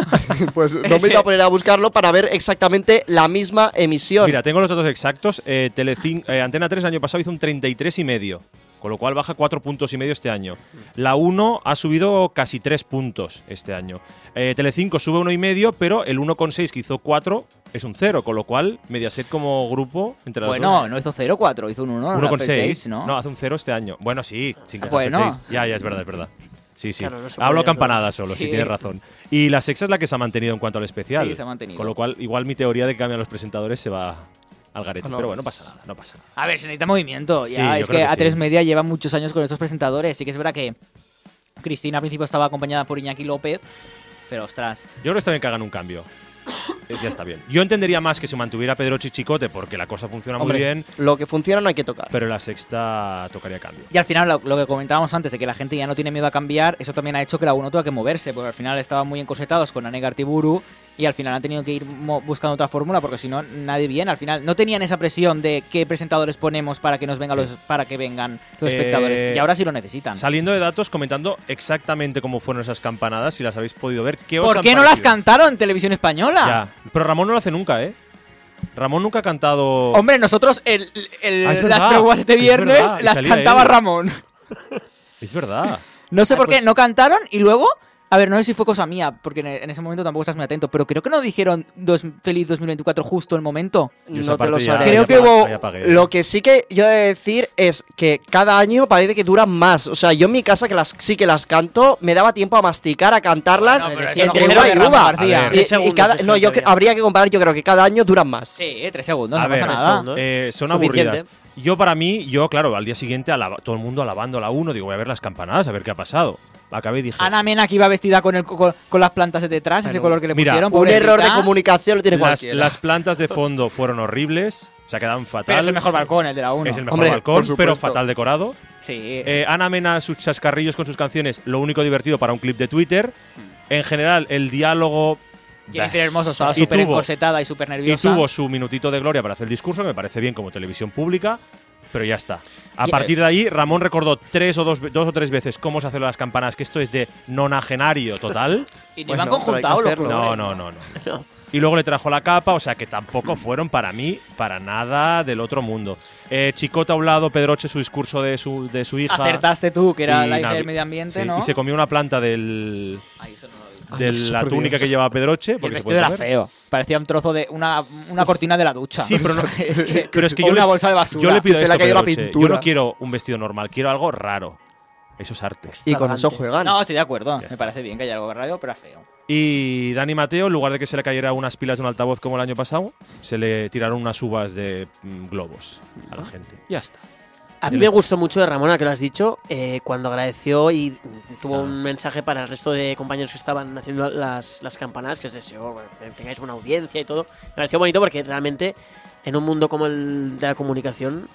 Speaker 4: Pues no me iba a poner a buscarlo para ver exactamente la misma emisión.
Speaker 2: Mira, tengo los datos exactos. Eh, Telecin- eh, Antena 3 el año pasado hizo un 33 y medio. con lo cual baja cuatro puntos y medio este año. La 1 ha subido casi tres puntos este año. Eh, Telecinco sube uno y medio, pero el 1,6 que hizo 4 es un 0, con lo cual Mediaset como grupo entre las
Speaker 5: Bueno, no hizo 0-4, hizo un 1,
Speaker 2: dos,
Speaker 5: ¿no?
Speaker 2: 1,6,
Speaker 5: ¿no?
Speaker 2: ¿no? hace un 0 este año. Bueno, sí, sin que
Speaker 5: Ah, bueno.
Speaker 2: hace un 6. Ya, ya, es verdad, es verdad. Sí, sí.
Speaker 3: Claro, no se
Speaker 2: Hablo
Speaker 3: podía,
Speaker 2: a campanadas solo,
Speaker 5: Sí.
Speaker 2: si tienes razón. Y la sexta es la que se ha mantenido en cuanto al especial.
Speaker 5: Sí, se ha mantenido.
Speaker 2: Con lo cual, igual mi teoría de que cambian los presentadores se va al garete.
Speaker 4: Ah, no,
Speaker 2: pero bueno, no
Speaker 4: pues-
Speaker 2: pasa nada, no pasa nada.
Speaker 5: A ver, se necesita movimiento.
Speaker 2: Sí,
Speaker 5: Ya,
Speaker 2: yo
Speaker 5: es que,
Speaker 2: creo que
Speaker 5: A3
Speaker 2: sí.
Speaker 5: Media lleva muchos años con estos presentadores. Sí que es verdad que Cristina al principio estaba acompañada por Iñaki López, pero ostras.
Speaker 2: Yo creo que está bien que hagan un cambio. Eh, Ya está bien. Yo entendería más que se mantuviera Pedro Chichicote porque la cosa funciona
Speaker 4: Hombre,
Speaker 2: muy bien,
Speaker 4: lo que funciona no hay que tocar.
Speaker 2: pero la sexta tocaría cambio.
Speaker 5: Y al final, lo, lo que comentábamos antes, de que la gente ya no tiene miedo a cambiar, eso también ha hecho que la 1 tenga que moverse, porque al final estaban muy encosetados con Anegar Tiburu y al final han tenido que ir mo- buscando otra fórmula, porque si no, nadie viene. Al final no tenían esa presión de qué presentadores ponemos para que, nos vengan los, para que vengan los
Speaker 2: Eh,
Speaker 5: espectadores. Y ahora sí lo necesitan.
Speaker 2: Saliendo de datos, comentando exactamente cómo fueron esas campanadas, si las habéis podido ver. ¿qué os
Speaker 5: ¿Por
Speaker 2: han
Speaker 5: qué no las
Speaker 2: parecido?
Speaker 5: cantaron en televisión española?
Speaker 2: Ya, pero Ramón no lo hace nunca, ¿eh? Ramón nunca ha cantado.
Speaker 5: Hombre, nosotros el, el-
Speaker 2: Ah, es
Speaker 5: las
Speaker 2: verdad,
Speaker 5: preguntas de este
Speaker 2: es
Speaker 5: viernes
Speaker 2: verdad, y
Speaker 5: las
Speaker 2: salía
Speaker 5: cantaba
Speaker 2: él.
Speaker 5: Ramón.
Speaker 2: Es verdad.
Speaker 5: No sé
Speaker 4: Ah,
Speaker 5: por qué,
Speaker 4: pues-
Speaker 5: no cantaron y luego. A ver, no sé si fue cosa mía, porque en- en ese momento tampoco estás muy atento, pero creo que no dijeron dos, feliz 2024 justo en el momento.
Speaker 2: Yo
Speaker 4: no
Speaker 2: esa
Speaker 4: te lo
Speaker 2: parte ya-
Speaker 4: sabré.
Speaker 2: ya
Speaker 5: Creo que
Speaker 2: pa-
Speaker 5: hubo
Speaker 2: ya pagué.
Speaker 4: Lo que sí que yo he de decir es que cada año parece que duran más. O sea, yo en mi casa que las sí que las canto, me daba tiempo a masticar, a cantarlas
Speaker 5: Bueno, pero eso
Speaker 4: entre
Speaker 5: es lo
Speaker 4: uva y
Speaker 5: primero de
Speaker 4: uva.
Speaker 5: Ramón García.
Speaker 2: A ver.
Speaker 4: Y-
Speaker 3: Tres
Speaker 4: y
Speaker 3: segundos,
Speaker 4: cada-
Speaker 3: eso
Speaker 4: no,
Speaker 3: es
Speaker 4: yo
Speaker 3: todavía.
Speaker 4: que- habría que comparar, yo creo que cada año duran más.
Speaker 5: Sí, eh, tres segundos,
Speaker 2: A
Speaker 5: no
Speaker 2: ver,
Speaker 5: pasa
Speaker 3: tres
Speaker 5: nada.
Speaker 3: segundos.
Speaker 2: Eh, son
Speaker 3: Suficiente.
Speaker 2: aburridas. Yo, para mí, yo, claro, al día siguiente, alaba- todo el mundo alabando la 1, digo, voy a ver las campanadas, a ver qué ha pasado. Acabé y dije.
Speaker 5: Ana Mena que iba vestida con, el, con, con las plantas de detrás, ese
Speaker 4: Bueno,
Speaker 5: color que le
Speaker 2: mira,
Speaker 5: pusieron.
Speaker 4: Un
Speaker 5: pobrecita.
Speaker 4: error de comunicación lo tiene
Speaker 2: las,
Speaker 4: cualquiera.
Speaker 2: las plantas de fondo fueron horribles, se quedaron fatal.
Speaker 5: Pero es el mejor balcón, el de la 1.
Speaker 2: Es el mejor
Speaker 4: Hombre, por
Speaker 2: balcón,
Speaker 4: supuesto.
Speaker 2: pero fatal decorado.
Speaker 5: Sí.
Speaker 2: Eh, Ana Mena, sus chascarrillos con sus canciones, lo único divertido para un clip de Twitter. En general, el diálogo.
Speaker 5: Jennifer
Speaker 2: bah,
Speaker 5: Hermoso estaba
Speaker 2: y
Speaker 5: súper
Speaker 2: tuvo-
Speaker 5: encorsetada y súper
Speaker 2: Y
Speaker 5: nerviosa.
Speaker 2: tuvo su minutito de gloria para hacer el discurso, que me parece bien como televisión pública, pero ya está. A
Speaker 5: Y- eh,
Speaker 2: partir de ahí, Ramón recordó tres o dos, ve- dos o tres veces cómo se hacen las campanas, que esto es de nonagenario total.
Speaker 5: Y no
Speaker 4: Bueno,
Speaker 5: iban
Speaker 4: pero hay que
Speaker 5: conjuntados los
Speaker 4: hacerlo.
Speaker 5: colores.
Speaker 2: No, no, no, no. Y luego le trajo la capa, o sea que tampoco fueron para mí, para nada del otro mundo. Eh, Chicota a un lado, Pedroche su discurso de su, de su hija.
Speaker 5: Acertaste tú, que era
Speaker 2: y
Speaker 5: la hija
Speaker 2: Navi-
Speaker 5: del medio ambiente,
Speaker 2: sí,
Speaker 5: ¿no?
Speaker 2: Y se comió una planta del,
Speaker 5: Ay, eso no lo vi.
Speaker 2: de
Speaker 4: Ay,
Speaker 2: la
Speaker 4: por
Speaker 2: túnica
Speaker 4: Dios.
Speaker 2: que llevaba Pedroche.
Speaker 5: Y el
Speaker 2: Porque se
Speaker 5: vestido
Speaker 2: puede
Speaker 5: era
Speaker 2: saber.
Speaker 5: feo. Parecía un trozo de una, una cortina de la ducha.
Speaker 2: Sí, pero no-
Speaker 5: es que,
Speaker 2: Pero es que
Speaker 5: o
Speaker 2: yo
Speaker 5: una
Speaker 2: le-
Speaker 5: bolsa de basura.
Speaker 2: Yo le pido
Speaker 4: Que se
Speaker 2: esto
Speaker 4: le ha caído
Speaker 2: a
Speaker 4: la
Speaker 2: Pedroche. Yo
Speaker 4: pintura.
Speaker 2: no quiero un vestido normal, quiero algo raro. Eso es arte.
Speaker 4: y con eso juegan.
Speaker 5: No, estoy de acuerdo.
Speaker 2: Ya
Speaker 5: Me
Speaker 2: está.
Speaker 5: parece bien que haya algo raro, pero feo.
Speaker 2: Y Dani Mateo, en lugar de que se le cayera unas pilas de un altavoz como el año pasado, se le tiraron unas uvas de mm, globos a la gente. Ya está.
Speaker 3: A mí me gustó mucho de Ramona, que lo has dicho, eh, cuando agradeció y tuvo
Speaker 2: Ah.
Speaker 3: un mensaje para el resto de compañeros que estaban haciendo las, las campanadas, que os deseo bueno, que tengáis buena audiencia y todo. Me pareció bonito porque realmente en un mundo como el de la comunicación,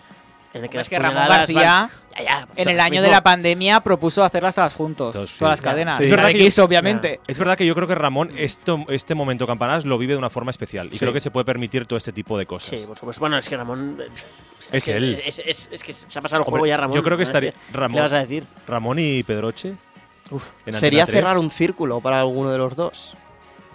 Speaker 3: en el
Speaker 5: Hombre,
Speaker 3: que las
Speaker 5: es que Ramón
Speaker 3: puñaladas
Speaker 5: García,
Speaker 3: Ya, ya,
Speaker 5: En el
Speaker 3: lo
Speaker 5: año
Speaker 3: mismo.
Speaker 5: de la pandemia propuso hacerlas todas juntos.
Speaker 2: Todos, sí.
Speaker 5: Todas las
Speaker 2: Ya,
Speaker 5: cadenas.
Speaker 4: sí.
Speaker 5: Es
Speaker 4: Es
Speaker 5: verdad
Speaker 2: verdad
Speaker 5: que
Speaker 2: que-
Speaker 5: hizo, obviamente.
Speaker 2: Es verdad que yo creo que Ramón esto, este momento campanas lo vive de una forma especial y
Speaker 4: Sí.
Speaker 2: creo que se puede permitir todo este tipo de cosas.
Speaker 3: Sí, por supuesto. Bueno, es que Ramón. eh,
Speaker 2: Es
Speaker 3: que-
Speaker 2: él.
Speaker 3: Es, es- es que se ha pasado el
Speaker 2: Hombre,
Speaker 3: juego ya, Ramón.
Speaker 2: yo creo que estaría-
Speaker 3: ¿Qué
Speaker 2: Ramón-
Speaker 3: le vas a decir?
Speaker 2: Ramón y Pedroche. en Antena
Speaker 4: Sería
Speaker 2: 3,
Speaker 4: cerrar un círculo para alguno de los dos.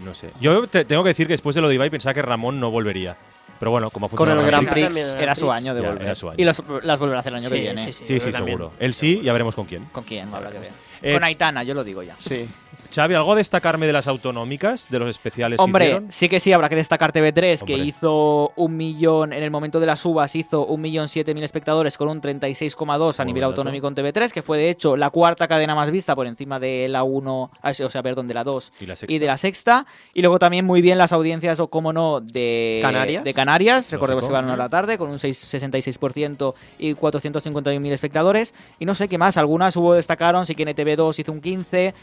Speaker 2: No sé. Yo te- tengo que decir que después de lo de Ibai pensaba que Ramón no volvería. Pero bueno, como ha
Speaker 4: Con el
Speaker 2: funcionado la
Speaker 4: Gran
Speaker 2: Pues Matrix-
Speaker 4: Prix.
Speaker 5: Era su año de
Speaker 2: Ya,
Speaker 5: volver.
Speaker 2: era su año.
Speaker 5: Y los- las volverá a hacer el año que
Speaker 2: Sí,
Speaker 5: viene.
Speaker 2: sí,
Speaker 3: también.
Speaker 2: seguro. Él sí, ya veremos con quién.
Speaker 5: ¿Con quién? Habrá que ver.
Speaker 2: Eh,
Speaker 5: Con Aitana, yo lo digo ya.
Speaker 4: Sí.
Speaker 2: Xavi, ¿algo a destacarme de las autonómicas, de los especiales que
Speaker 5: Hombre,
Speaker 2: hicieron?
Speaker 5: sí que sí, habrá que destacar TV3, que
Speaker 2: Hombre.
Speaker 5: hizo un millón, en el momento de las uvas, hizo un millón siete mil espectadores con un 36,2 a
Speaker 2: Muy
Speaker 5: nivel
Speaker 2: buen dato.
Speaker 5: autonómico en TV3, que fue de hecho la cuarta cadena más vista por encima de la 1, o sea, perdón, de la 2
Speaker 2: Y la
Speaker 5: y
Speaker 2: sexta.
Speaker 5: de la sexta. Y luego también muy bien las audiencias, o como no, de
Speaker 4: Canarias.
Speaker 5: De Canarias, recordemos
Speaker 2: Lógico.
Speaker 5: que van a la tarde, con un 6, 66% y 451.000 espectadores. Y no sé qué más, algunas hubo destacaron, sí que en E ETV2 hizo un 15, eh,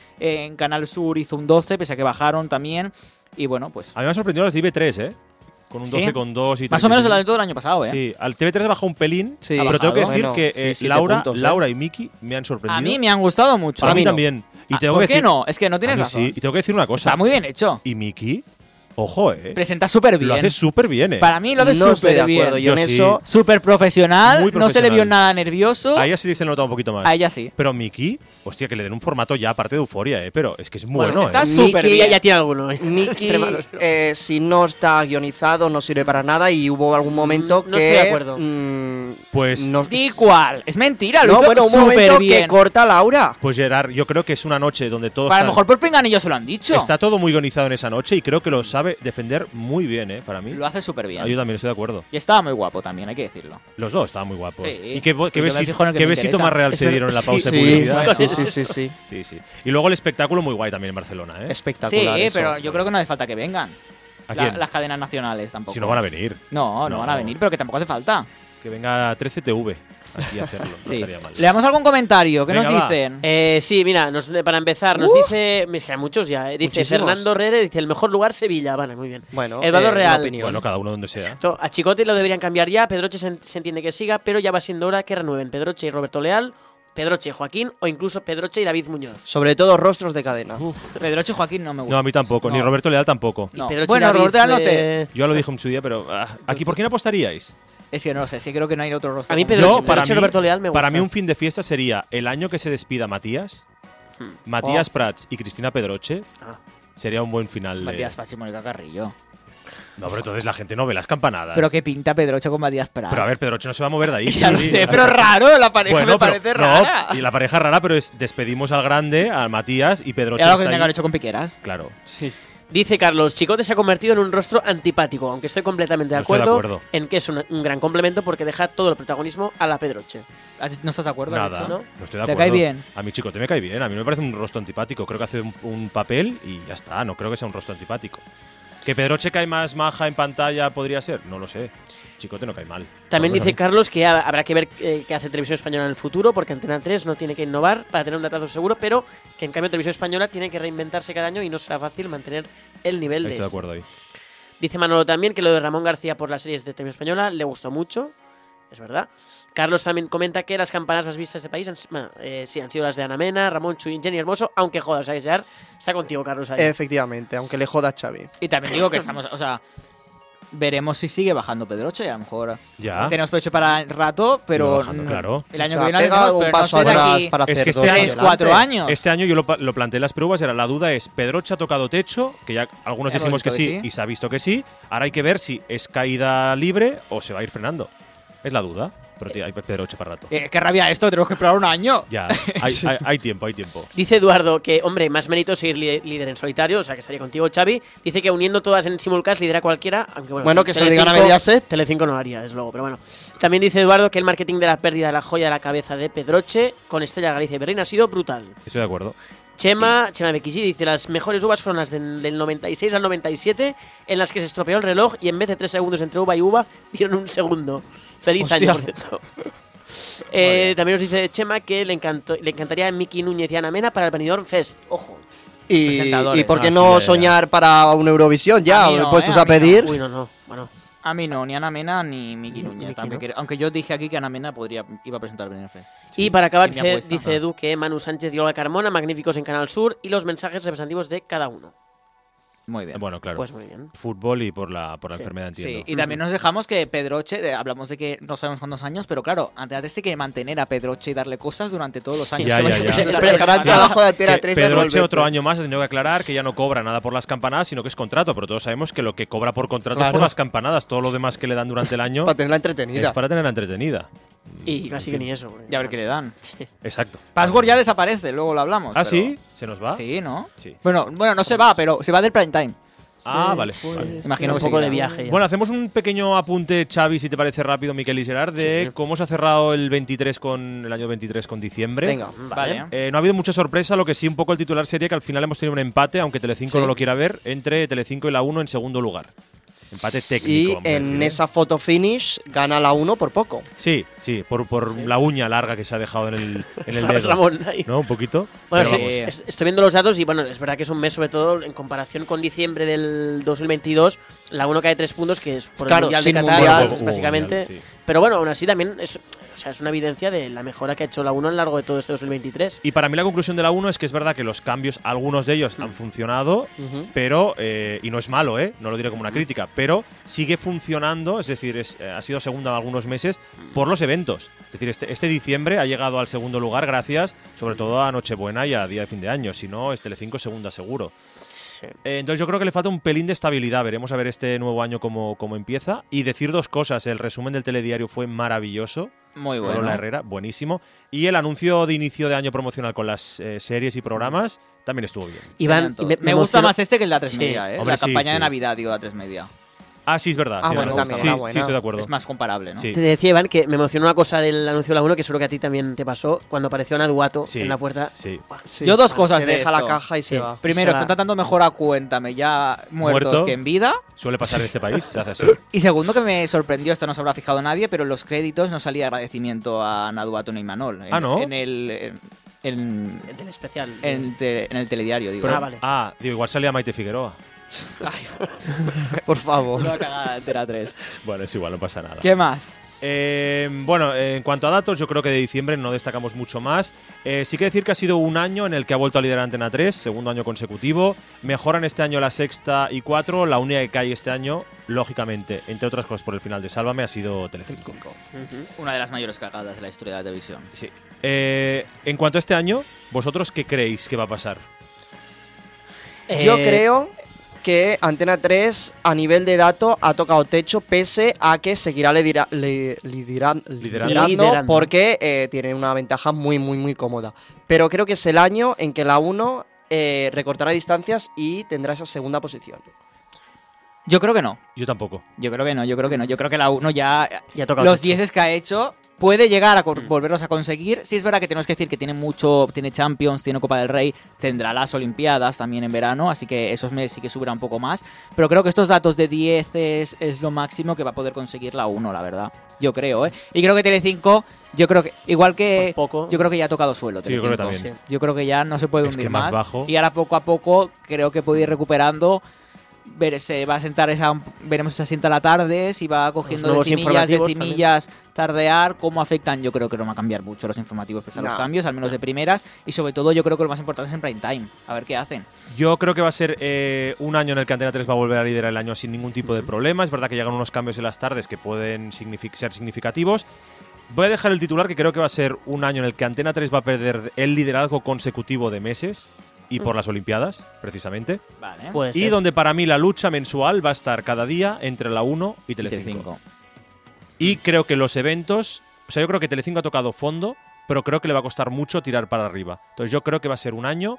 Speaker 5: en Canal Sur hizo un 12, pese a que bajaron también. Y bueno, pues...
Speaker 2: A mí me ha sorprendido las de IB3, ¿eh? Con un
Speaker 5: Sí.
Speaker 2: 12,2 con y
Speaker 5: Más o menos el
Speaker 2: 35.
Speaker 5: todo el año pasado, ¿eh?
Speaker 2: Sí, al TV3 bajó un pelín,
Speaker 4: Sí.
Speaker 2: pero
Speaker 4: Ha
Speaker 2: tengo que
Speaker 4: bajado.
Speaker 2: decir
Speaker 4: Bueno,
Speaker 2: que
Speaker 4: sí,
Speaker 2: eh,
Speaker 4: siete
Speaker 2: Laura,
Speaker 4: puntos, ¿eh?
Speaker 2: Laura y Miki me han sorprendido.
Speaker 5: A mí me han gustado mucho.
Speaker 2: Para
Speaker 4: A mí
Speaker 2: mí
Speaker 4: no.
Speaker 2: también. Y
Speaker 5: Ah,
Speaker 2: tengo
Speaker 5: ¿Por
Speaker 2: que
Speaker 5: qué
Speaker 2: decir-
Speaker 5: no? Es que no tienes
Speaker 2: a mí
Speaker 5: razón.
Speaker 2: sí. Y tengo que decir una cosa.
Speaker 5: Está muy bien hecho.
Speaker 2: Y Miki, ojo, eh.
Speaker 5: Presenta súper
Speaker 2: Lo
Speaker 5: bien.
Speaker 2: hace súper bien, eh.
Speaker 5: Para mí lo hace
Speaker 4: no
Speaker 5: súper
Speaker 4: estoy de acuerdo
Speaker 5: bien.
Speaker 4: yo,
Speaker 2: Yo
Speaker 4: en
Speaker 2: sí.
Speaker 4: eso.
Speaker 5: Súper profesional,
Speaker 2: Muy
Speaker 5: no se le vio
Speaker 2: profesional.
Speaker 5: nada nervioso.
Speaker 2: A ella sí se le nota un poquito más.
Speaker 5: A ella sí.
Speaker 2: Pero Miki, hostia, que le den un formato ya aparte de euforia, eh. Pero es que es muy
Speaker 3: Bueno,
Speaker 2: bueno,
Speaker 5: está
Speaker 2: eh.
Speaker 4: Miki-
Speaker 5: súper
Speaker 3: Y
Speaker 5: bien.
Speaker 3: ya, ya tiene alguno. ¿eh?
Speaker 4: Mickey,
Speaker 3: Entre manos.
Speaker 4: eh, si no está guionizado, no sirve para nada y hubo algún momento
Speaker 3: Mm, no
Speaker 4: que
Speaker 3: estoy de acuerdo.
Speaker 4: mm,
Speaker 2: Pues,
Speaker 4: No,
Speaker 5: Di cual. Es mentira, lo
Speaker 4: no
Speaker 5: hizo
Speaker 4: bueno, un momento
Speaker 5: superbién.
Speaker 4: que corta Laura.
Speaker 2: pues Gerard, yo creo que es una noche donde todo
Speaker 5: A
Speaker 2: está,
Speaker 5: lo mejor por pinganillo se lo han dicho.
Speaker 2: está todo muy ionizado en esa noche y creo que lo sabe defender muy bien, ¿eh? Para mí.
Speaker 5: Lo hace súper bien.
Speaker 2: Ah, yo también estoy de acuerdo.
Speaker 5: Y estaba muy guapo también, hay que decirlo.
Speaker 2: Los dos estaban muy guapos.
Speaker 5: Sí.
Speaker 2: Y qué, bo- qué
Speaker 5: Yo me
Speaker 2: besi-
Speaker 5: fijo en el que
Speaker 2: qué
Speaker 5: me
Speaker 2: besito
Speaker 5: interesa.
Speaker 2: más real se
Speaker 5: Espera-
Speaker 2: dieron en la pausa de
Speaker 4: Sí,
Speaker 2: publicidad.
Speaker 4: sí,
Speaker 5: Bueno.
Speaker 4: sí, sí, sí.
Speaker 2: Sí, sí. Y luego el espectáculo muy guay también en Barcelona, ¿eh?
Speaker 5: Sí,
Speaker 4: Espectacular. eso.
Speaker 5: pero yo creo que no hace falta que vengan.
Speaker 2: ¿A
Speaker 5: La-
Speaker 2: quién?
Speaker 5: las cadenas nacionales tampoco.
Speaker 2: Si no van a venir.
Speaker 5: No, no
Speaker 2: No.
Speaker 5: van a venir, pero que tampoco hace falta.
Speaker 2: Que venga 13TV aquí a hacerlo. No
Speaker 5: Sí.
Speaker 2: estaría mal.
Speaker 5: Le damos algún comentario. ¿Qué
Speaker 2: Venga,
Speaker 5: nos
Speaker 2: va.
Speaker 5: dicen?
Speaker 3: Eh, sí, mira, nos- para empezar,
Speaker 5: ¡Uh!
Speaker 3: nos dice. Es que hay muchos ya. eh. Dice
Speaker 4: Muchísimos.
Speaker 3: Fernando Herrera, dice el mejor lugar Sevilla. Vale, muy bien.
Speaker 4: Bueno,
Speaker 3: Eduardo
Speaker 4: eh, una
Speaker 3: Real.
Speaker 4: opinión.
Speaker 2: Bueno, cada uno donde sea.
Speaker 3: Exacto. A Chicote lo deberían cambiar ya. Pedroche se, en- se entiende que siga, pero ya va siendo hora que renueven Pedroche y Roberto Leal, Pedroche y Joaquín o incluso Pedroche y David Muñoz.
Speaker 4: Sobre todo rostros de cadena.
Speaker 5: Pedroche y Joaquín no me gusta.
Speaker 2: No, a mí tampoco. Ni
Speaker 5: No.
Speaker 2: Roberto Leal tampoco.
Speaker 5: No.
Speaker 3: Pedroche y
Speaker 5: Bueno,
Speaker 3: David,
Speaker 5: Roberto Leal no
Speaker 3: eh,
Speaker 5: sé.
Speaker 2: Yo lo dije en su día, pero. ah, ¿Aquí por quién apostaríais?
Speaker 5: Es que no lo sé, sí creo que no hay otro rostro.
Speaker 3: A mí
Speaker 5: como-
Speaker 3: Pedroche-
Speaker 2: Yo, para mí,
Speaker 3: Pedroche y Roberto Leal me
Speaker 2: para
Speaker 3: gusta.
Speaker 2: mí un fin de fiesta sería el año que se despida Matías,
Speaker 5: Hmm. Oh.
Speaker 2: Matías Prats y Cristina Pedroche.
Speaker 3: Ah.
Speaker 2: Sería un buen final. de-
Speaker 5: Matías Paz y Mónica Carrillo.
Speaker 2: No, pero entonces la gente no ve las campanadas.
Speaker 5: Pero que pinta Pedroche con Matías Prats.
Speaker 2: Pero a ver, Pedroche no se va a mover de ahí.
Speaker 5: ya lo
Speaker 2: Sí,
Speaker 5: sé,
Speaker 2: sí.
Speaker 5: pero raro, la pareja
Speaker 2: Bueno,
Speaker 5: me parece
Speaker 2: pero- no,
Speaker 5: rara.
Speaker 2: y la pareja es rara, pero es despedimos al grande, al Matías y Pedroche.
Speaker 5: Era lo que
Speaker 2: está
Speaker 5: tenía que
Speaker 2: ahí.
Speaker 5: haber hecho con Piqueras.
Speaker 2: Claro.
Speaker 3: Dice Carlos, Chicote se ha convertido en un rostro antipático, aunque estoy completamente de
Speaker 2: No estoy de
Speaker 3: acuerdo,
Speaker 2: acuerdo.
Speaker 3: en que es un, un gran complemento porque deja todo el protagonismo a la Pedroche.
Speaker 5: ¿Has- ¿No estás de acuerdo?
Speaker 2: Nada,
Speaker 5: Nacho?
Speaker 2: no estoy de acuerdo.
Speaker 5: ¿Te cae bien?
Speaker 2: A mi chico te me cae bien. A mí no me parece un rostro antipático. Creo que hace un, un papel y ya está. No creo que sea un rostro antipático. ¿Que Pedroche cae más maja en pantalla podría ser? No lo sé. Chicote no cae mal.
Speaker 3: También
Speaker 2: Vamos a
Speaker 3: dice
Speaker 2: ver.
Speaker 3: Carlos que ha- habrá que ver eh, qué hace Televisión Española en el futuro, porque Antena 3 no tiene que innovar para tener un datazo seguro, pero que en cambio Televisión Española tiene que reinventarse cada año y no será fácil mantener el nivel de,
Speaker 2: Estoy de
Speaker 3: este.
Speaker 2: acuerdo ahí.
Speaker 3: Dice Manolo también que lo de Ramón García por las series de televisión española le gustó mucho. Es verdad. Carlos también comenta que las campanas más vistas de este país han, bueno, eh, sí, han sido las de Ana Mena, Ramón Chuy, Jenny Hermoso, aunque jodas, o sea, Gerard está contigo, Carlos.
Speaker 4: Eh,
Speaker 3: Ahí.
Speaker 4: Efectivamente, aunque le joda a Xavi.
Speaker 5: Y también digo que estamos, o sea, veremos si sigue bajando Pedroche y a lo mejor
Speaker 2: Ya.
Speaker 5: tenemos Pedroche para rato, pero
Speaker 2: Iba bajando,
Speaker 5: mm,
Speaker 2: claro.
Speaker 5: el año
Speaker 4: O sea,
Speaker 5: que viene
Speaker 4: pega
Speaker 5: tenemos,
Speaker 4: un
Speaker 5: pero no
Speaker 4: paso
Speaker 5: sé de
Speaker 4: atrás
Speaker 5: aquí
Speaker 4: para
Speaker 2: Es
Speaker 4: hacer
Speaker 2: que este
Speaker 4: dos
Speaker 2: año-
Speaker 5: tres,
Speaker 4: adelante.
Speaker 5: cuatro años.
Speaker 2: Este año yo lo, pa- lo planteé en las pruebas, era la duda es, ¿Pedroche ha tocado techo? Que ya algunos
Speaker 5: Hemos
Speaker 2: dijimos que
Speaker 5: visto que
Speaker 2: sí,
Speaker 5: sí.
Speaker 2: y se ha visto que sí. Ahora hay que ver si es caída libre o se va a ir frenando. Es la duda, pero tío, hay Pedroche para rato.
Speaker 5: Eh, qué rabia esto, tenemos que esperar un año.
Speaker 2: Ya, hay, hay- hay tiempo, hay tiempo.
Speaker 3: Dice Eduardo que, hombre, más mérito seguir li- líder en solitario, o sea, que estaría contigo, Xavi. Dice que uniendo todas en simulcast lidera cualquiera, aunque bueno.
Speaker 4: Bueno, que se lo digan a
Speaker 3: Telecinco-
Speaker 4: Mediaset.
Speaker 3: Telecinco no haría, es luego, pero bueno. También dice Eduardo que el marketing de la pérdida de la joya de la cabeza de Pedroche con Estella Galicia y Berlín ha sido brutal.
Speaker 2: Estoy de acuerdo.
Speaker 3: Chema, Chema Bequisí dice, las mejores uvas fueron las del, del 96 al 97, en las que se estropeó el reloj y en vez de tres segundos entre uva y uva, dieron un segundo. Feliz
Speaker 4: Hostia.
Speaker 3: año, por cierto. Eh, también nos dice Chema que le, encantó, le encantaría a Miki Núñez y Ana Mena para el Benidorm Fest. Ojo.
Speaker 4: Y,
Speaker 5: Presentadores.
Speaker 4: y por
Speaker 2: Ah,
Speaker 4: qué
Speaker 2: sí, ya,
Speaker 4: no
Speaker 2: ya.
Speaker 4: soñar para una Eurovisión ya,
Speaker 5: A mí no,
Speaker 4: puestos
Speaker 5: eh, a
Speaker 4: a,
Speaker 5: mí no.
Speaker 4: pedir.
Speaker 3: Uy, no, no. Bueno.
Speaker 5: A mí no, ni Ana Mena ni Miki Núñez.
Speaker 3: Miki
Speaker 5: aunque,
Speaker 3: no.
Speaker 5: quiero- aunque yo dije aquí que Ana Mena podría, iba a presentar Benefe.
Speaker 3: y para acabar,
Speaker 5: y mi
Speaker 3: dice,
Speaker 5: apuesta.
Speaker 3: dice Edu que Manu Sánchez dio la Carmona, magníficos en Canal Sur, y los mensajes representativos de cada uno.
Speaker 5: Muy bien.
Speaker 2: Bueno, claro.
Speaker 3: Pues muy bien.
Speaker 2: Fútbol y por la, por la enfermedad, entiendo.
Speaker 5: Sí, y también nos dejamos que Pedroche, eh, hablamos de que no sabemos cuántos años, pero claro, Antena 3 tiene que mantener a Pedroche y darle cosas durante todos los años.
Speaker 2: Ya,
Speaker 5: que va
Speaker 2: ya,
Speaker 5: a
Speaker 2: ya.
Speaker 5: ser-
Speaker 4: Es el gran trabajo de Antena
Speaker 2: Que
Speaker 4: 3 es
Speaker 2: Pedroche
Speaker 4: volver.
Speaker 2: otro año más ha tenido que aclarar que ya no cobra nada por las campanadas, sino que es contrato, pero todos sabemos que lo que cobra por contrato es por
Speaker 4: Claro.
Speaker 2: las campanadas, todo lo demás que le dan durante el año
Speaker 4: Para tenerla
Speaker 2: es
Speaker 4: entretenida.
Speaker 2: para tenerla entretenida.
Speaker 3: Y casi que ni eso.
Speaker 5: Y a ver qué le dan.
Speaker 2: Exacto.
Speaker 5: Password ya desaparece, luego lo hablamos.
Speaker 2: ¿Ah,
Speaker 5: pero-
Speaker 2: sí? ¿Se nos va?
Speaker 5: Sí, ¿no?
Speaker 2: Sí.
Speaker 5: Bueno, bueno, no se va, pero se va del prime time.
Speaker 2: Ah, vale. vale.
Speaker 5: Imagino
Speaker 3: un
Speaker 5: que
Speaker 3: poco
Speaker 5: seguirá.
Speaker 3: de viaje. ya.
Speaker 2: Bueno, hacemos un pequeño apunte, Xavi, si te parece rápido, Miquel y Gerard, de cómo se ha cerrado el 23 con el año 23 con diciembre.
Speaker 4: Venga.
Speaker 5: Vale.
Speaker 2: Eh, no ha habido mucha sorpresa, lo que sí un poco el titular sería que al final hemos tenido un empate, aunque Telecinco
Speaker 4: Sí.
Speaker 2: no lo quiera ver, entre Telecinco y la 1 en segundo lugar. Empate técnico.
Speaker 4: Y
Speaker 2: vamos a
Speaker 4: en
Speaker 2: decir, ¿eh?
Speaker 4: esa foto finish gana la 1 por poco.
Speaker 2: Sí, sí, por, por la uña larga que se ha dejado en el, en el dedo.
Speaker 3: Ramón, ahí.
Speaker 2: ¿No? Un poquito.
Speaker 3: Bueno,
Speaker 2: Pero
Speaker 3: sí,
Speaker 2: vamos.
Speaker 3: es- estoy viendo los datos y bueno, es verdad que es un mes sobre todo en comparación con diciembre del 2022, la 1 cae 3 puntos que es por
Speaker 4: Claro,
Speaker 3: el Mundial de
Speaker 4: sin
Speaker 3: Qatar,
Speaker 4: mundial.
Speaker 2: Hubo- hubo
Speaker 3: básicamente.
Speaker 2: mundial, sí.
Speaker 3: Pero bueno, aún así también es, o sea, es una evidencia de la mejora que ha hecho la 1 a lo largo de todo este 2023.
Speaker 2: Y para mí la conclusión de la 1 es que es verdad que los cambios, algunos de ellos han funcionado,
Speaker 3: Ujú.
Speaker 2: pero, eh, y no es malo, ¿eh? no lo diré como una crítica, pero sigue funcionando, es decir, es, eh, ha sido segunda de algunos meses por los eventos. Es decir, este, este diciembre ha llegado al segundo lugar gracias sobre todo a Nochebuena y a Día de Fin de Año, si no, es Telecinco segunda seguro. Eh, entonces yo creo que le falta un pelín de estabilidad. Veremos a ver este nuevo año cómo, cómo empieza. Y decir dos cosas. El resumen del telediario fue maravilloso.
Speaker 5: Muy
Speaker 2: Lola
Speaker 5: bueno.
Speaker 2: Herrera, buenísimo. Y el anuncio de inicio de año promocional con las eh, series y programas también estuvo bien.
Speaker 3: Iván,
Speaker 5: Me,
Speaker 3: y me- me
Speaker 5: gusta
Speaker 3: emocionó-
Speaker 5: más este que el de la 3
Speaker 3: Sí.
Speaker 5: media, ¿eh?
Speaker 2: Hombre,
Speaker 5: la
Speaker 2: sí,
Speaker 5: campaña de
Speaker 2: sí.
Speaker 5: Navidad, digo, la 3 media.
Speaker 2: Ah, sí, es verdad.
Speaker 4: Ah,
Speaker 2: sí,
Speaker 4: bueno,
Speaker 2: me gusta.
Speaker 4: también
Speaker 2: sí,
Speaker 4: era buena.
Speaker 2: sí, estoy de acuerdo.
Speaker 5: Es más comparable, ¿no?
Speaker 2: Sí.
Speaker 3: Te decía, Iván, que me emocionó una cosa del anuncio de la 1 que seguro que a ti también te pasó cuando apareció Ana Duato
Speaker 2: Sí,
Speaker 3: en la puerta.
Speaker 2: sí.
Speaker 4: Sí.
Speaker 5: Yo dos
Speaker 4: Que
Speaker 5: cosas de
Speaker 4: deja
Speaker 5: esto.
Speaker 4: la caja y se va.
Speaker 5: Primero,
Speaker 3: Se va.
Speaker 5: están tratando mejor a Cuéntame ya muertos
Speaker 2: Muerto.
Speaker 5: que en vida.
Speaker 2: Suele pasar en este país. Se hace así.
Speaker 5: Y segundo, que me sorprendió, esto no se habrá fijado nadie, pero en los créditos no salía agradecimiento a Naduato ni Manol. En,
Speaker 2: Ah, ¿no?
Speaker 5: En el, en, en-
Speaker 3: Del especial.
Speaker 5: en el te- en el telediario, digo.
Speaker 3: Pero- Ah, vale.
Speaker 2: Ah, digo, igual salía Maite Figueroa.
Speaker 4: Por favor.
Speaker 5: Una cagada entera tres.
Speaker 2: Bueno, es igual, no pasa nada.
Speaker 5: ¿Qué más?
Speaker 2: Eh, bueno, eh, en cuanto a datos, yo creo que de diciembre no destacamos mucho más. Eh, sí que decir que ha sido un año en el que ha vuelto a liderar Antena 3, segundo año consecutivo. Mejoran este año la sexta y cuatro. La única que cae este año, lógicamente, entre otras cosas por el final de Sálvame, ha sido Telecinco.
Speaker 5: Una de las mayores cagadas de la historia de la televisión.
Speaker 2: Sí. Eh, en cuanto a este año, ¿vosotros qué creéis que va a pasar?
Speaker 4: Yo
Speaker 3: Eh,
Speaker 4: creo que Antena 3 a nivel de dato ha tocado techo pese a que seguirá lidera- li- lideran- liderando,
Speaker 3: Liderando.
Speaker 4: porque eh, tiene una ventaja muy muy muy cómoda. Pero creo que es el año en que la 1 eh, recortará distancias y tendrá esa segunda posición.
Speaker 5: Yo creo que no.
Speaker 2: Yo tampoco.
Speaker 5: Yo creo que no, yo creo que no. Yo creo que la 1 ya.
Speaker 3: Ya ha tocado
Speaker 5: Los
Speaker 3: techo.
Speaker 5: 10 que ha hecho. Puede llegar a co-
Speaker 2: Mm.
Speaker 5: volverlos a conseguir. Sí, es verdad que tenemos que decir que tiene mucho. Tiene Champions, tiene Copa del Rey, tendrá las Olimpiadas también en verano. Así que esos meses sí que subirá un poco más. Pero creo que estos datos de 10 es, es lo máximo que va a poder conseguir la 1, la verdad. Yo creo, ¿eh? Y creo que Telecinco. Yo creo que. Igual que.
Speaker 3: Por poco.
Speaker 5: Yo creo que ya ha tocado suelo.
Speaker 2: Pues Sí, yo creo que
Speaker 5: Telecinco.
Speaker 2: también.
Speaker 5: Yo creo que ya no se puede
Speaker 2: Es que
Speaker 5: hundir
Speaker 2: más bajo.
Speaker 5: Y ahora poco a poco creo que puede ir recuperando. Ver, se va a sentar esa, veremos si se sienta a la tarde, si va cogiendo
Speaker 3: nuevos
Speaker 5: decimillas,
Speaker 3: informativos
Speaker 5: decimillas, tardear, cómo afectan. Yo creo que no va a cambiar mucho los informativos pese a los
Speaker 4: No.
Speaker 5: cambios, al menos de primeras. Y sobre todo, yo creo que lo más importante es en prime time, a ver qué hacen.
Speaker 2: Yo creo que va a ser eh, un año en el que Antena 3 va a volver a liderar el año sin ningún tipo de problema. Es verdad que llegan unos cambios en las tardes que pueden signific- ser significativos. Voy a dejar el titular que creo que va a ser un año en el que Antena 3 va a perder el liderazgo consecutivo de meses y por las Olimpiadas, precisamente.
Speaker 5: Vale.
Speaker 3: Puede
Speaker 2: Y
Speaker 3: ser.
Speaker 2: donde para mí la lucha mensual va a estar cada día entre la 1 y Telecinco. Y creo que los eventos, o sea, yo creo que Telecinco ha tocado fondo, pero creo que le va a costar mucho tirar para arriba. Entonces yo creo que va a ser un año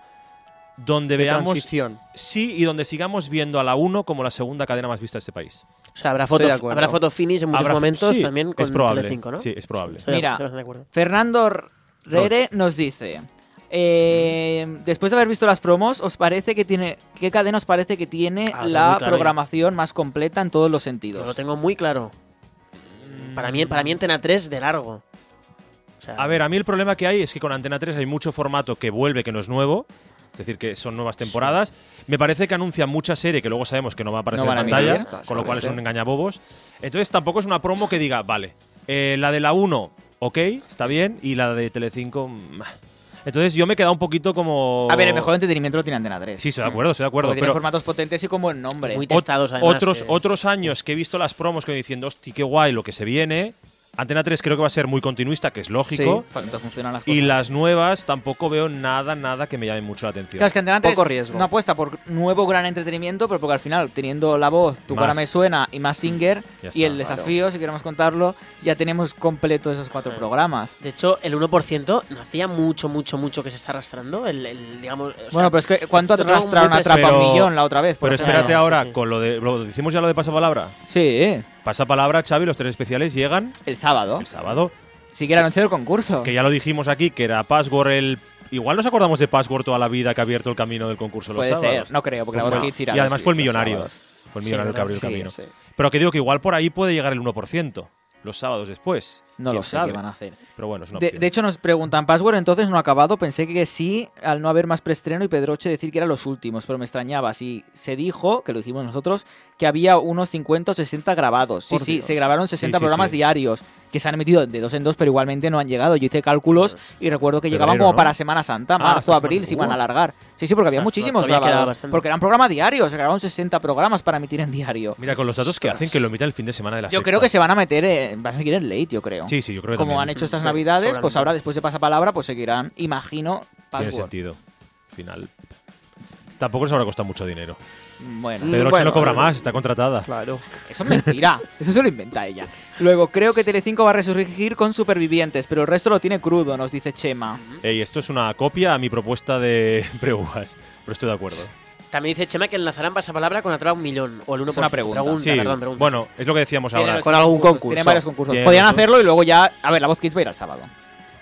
Speaker 2: donde
Speaker 4: De
Speaker 2: veamos
Speaker 4: transición.
Speaker 2: Sí, y donde sigamos viendo a la 1 como la segunda cadena más vista de este país.
Speaker 3: O sea, habrá,
Speaker 4: Estoy
Speaker 3: foto,
Speaker 4: de acuerdo.
Speaker 3: habrá foto finish en muchos
Speaker 2: Habrá-
Speaker 3: momentos
Speaker 2: sí,
Speaker 3: también con
Speaker 2: es probable.
Speaker 3: Telecinco, ¿no?
Speaker 2: Sí, es probable.
Speaker 3: Estoy de-
Speaker 5: Mira.
Speaker 3: estoy bastante de acuerdo.
Speaker 5: Fernando R- Rere nos dice. eh, después de haber visto las promos, ¿os parece que tiene qué cadena os parece que tiene
Speaker 3: Ah, muy
Speaker 5: la
Speaker 3: claro,
Speaker 5: programación más completa en todos los
Speaker 3: Yo lo
Speaker 5: sentidos?
Speaker 3: tengo muy claro.
Speaker 5: Mm.
Speaker 3: Para mí, para mí Antena 3 de largo. O sea,
Speaker 2: A ver, a mí el problema que hay es que con Antena 3 hay mucho formato que vuelve, que no es nuevo. Es decir, que son nuevas temporadas. Me parece que anuncian mucha serie que luego sabemos que no va a aparecer
Speaker 5: No
Speaker 2: en
Speaker 5: van a
Speaker 2: pantalla,
Speaker 5: emitir,
Speaker 2: con lo cual es un
Speaker 4: exactamente.
Speaker 2: engañabobos. Entonces tampoco es una promo que diga, vale, eh, la de la 1, ok, está bien, y la de Telecinco, meh. Entonces yo me he quedado un poquito como...
Speaker 5: A ver, el mejor entretenimiento lo tiene Antena 3.
Speaker 2: Sí, estoy de acuerdo, estoy de acuerdo.
Speaker 5: Porque tiene
Speaker 2: pero-
Speaker 5: formatos potentes y como el nombre.
Speaker 3: Muy
Speaker 2: Ot-
Speaker 3: testados, además.
Speaker 2: otros,
Speaker 3: eh.
Speaker 2: otros años que he visto las promos que voy diciendo, hosti, qué guay lo que se viene. Antena 3 creo que va a ser muy continuista, que es lógico.
Speaker 5: Fa- entonces funcionan las
Speaker 2: Y
Speaker 5: cosas.
Speaker 2: las nuevas tampoco veo nada, nada que me llame mucho la atención.
Speaker 5: Claro, es que Antena 3
Speaker 4: Poco riesgo.
Speaker 5: no apuesta por nuevo gran entretenimiento, pero porque al final, teniendo la voz, tu
Speaker 2: Más. Mm,
Speaker 5: cara me suena y más Singer,
Speaker 2: Ya está,
Speaker 5: y el
Speaker 2: claro.
Speaker 5: desafío, si queremos contarlo, ya tenemos completo esos cuatro programas.
Speaker 3: De hecho, el 1% no hacía mucho, mucho, mucho que se está arrastrando. El, el, digamos, o sea,
Speaker 5: bueno, pero es que ¿cuánto
Speaker 3: lo tengo
Speaker 5: arrastraron
Speaker 3: muy
Speaker 5: a Trapa un
Speaker 2: Pero-
Speaker 5: Millón la otra vez? Pues, por
Speaker 2: Pero
Speaker 5: ejemplo?
Speaker 2: espérate
Speaker 3: sí,
Speaker 2: ahora,
Speaker 3: sí.
Speaker 2: con lo de. Lo, ¿Decimos ya lo de pasapalabra?
Speaker 5: Sí, eh,
Speaker 2: Pasapalabra, Xavi, los tres especiales llegan
Speaker 5: el sábado.
Speaker 2: el sábado.
Speaker 5: Siquiera noche del concurso.
Speaker 2: Que ya lo dijimos aquí, que era Password el. Igual nos acordamos de Password toda la vida que ha abierto el camino del concurso los
Speaker 5: Puede
Speaker 2: sábados.
Speaker 5: ser, no creo, porque la
Speaker 2: Pues
Speaker 5: voz
Speaker 2: no.
Speaker 5: Kids irá
Speaker 2: Y
Speaker 5: los-
Speaker 2: además fue el
Speaker 5: los
Speaker 2: millonario.
Speaker 5: sábados.
Speaker 2: Fue el millonario el que abrió el
Speaker 5: Sí,
Speaker 2: camino.
Speaker 4: sí.
Speaker 2: Pero que digo que igual por ahí puede llegar el 1%, los sábados después.
Speaker 5: No lo
Speaker 2: ¿Quién
Speaker 5: sé
Speaker 2: sabe?
Speaker 5: qué van a hacer.
Speaker 2: Pero bueno, es una
Speaker 5: De,
Speaker 2: opción.
Speaker 5: de hecho, nos preguntan, ¿Password entonces no ha acabado? Pensé que sí, al no haber más preestreno y Pedroche decir que eran los últimos, pero me extrañaba. Sí, se dijo, que lo hicimos nosotros, que había unos 50 o 60 grabados. Sí,
Speaker 4: Por
Speaker 5: sí,
Speaker 4: Dios.
Speaker 5: se grabaron 60
Speaker 2: Sí, sí,
Speaker 5: programas
Speaker 2: sí.
Speaker 5: diarios, que se han emitido de dos en dos, pero igualmente no han llegado. Yo hice cálculos y recuerdo que
Speaker 2: Pues, Febrero,
Speaker 5: llegaban como
Speaker 2: ¿no? Ah,
Speaker 5: para Semana Santa, marzo,
Speaker 2: hasta
Speaker 5: abril,
Speaker 2: Semana-
Speaker 5: se iban a
Speaker 2: Uh.
Speaker 5: alargar. Sí, sí, porque había
Speaker 3: Ostras,
Speaker 5: muchísimos
Speaker 3: todavía quedaba
Speaker 5: grabados.
Speaker 3: bastante.
Speaker 5: Porque eran programas diarios, se grabaron 60 programas para emitir en diario.
Speaker 2: Mira, con los datos que hacen que lo emita el fin de semana de la
Speaker 5: Yo
Speaker 2: sexta.
Speaker 5: creo que se van a meter, eh, van a seguir en late, yo creo
Speaker 2: Sí, sí, yo creo que
Speaker 5: como
Speaker 2: también.
Speaker 5: han hecho estas
Speaker 3: Sí,
Speaker 5: navidades, pues
Speaker 3: seguramente.
Speaker 5: ahora después de pasapalabra, pues seguirán, imagino,
Speaker 2: Tiene
Speaker 5: password.
Speaker 2: sentido. Final. Tampoco les habrá costado mucho dinero.
Speaker 5: Bueno,
Speaker 4: Mm,
Speaker 2: Pedroche
Speaker 4: bueno,
Speaker 2: no cobra
Speaker 4: eh,
Speaker 2: más, está contratada.
Speaker 4: Claro.
Speaker 5: eso es mentira. Eso se lo inventa ella. Luego, creo que Telecinco va a resurgir con supervivientes, pero el resto lo tiene crudo, nos dice Chema.
Speaker 2: Ey, Eh, esto es una copia a mi propuesta de preúas, pero estoy de acuerdo.
Speaker 3: También dice Chema que enlazarán pasapalabra con atrás un millón. O el 1%.
Speaker 5: Es una pregunta.
Speaker 2: Sí,
Speaker 3: perdón, pregunta.
Speaker 2: bueno, es lo que decíamos
Speaker 3: Tiene
Speaker 2: ahora.
Speaker 3: los-
Speaker 4: Con algún
Speaker 3: concursos,
Speaker 4: concurso.
Speaker 5: Tiene varios concursos.
Speaker 2: Bien,
Speaker 5: Podrían
Speaker 2: entonces-
Speaker 5: hacerlo y luego ya. A ver, la voz Kids va a ir al sábado.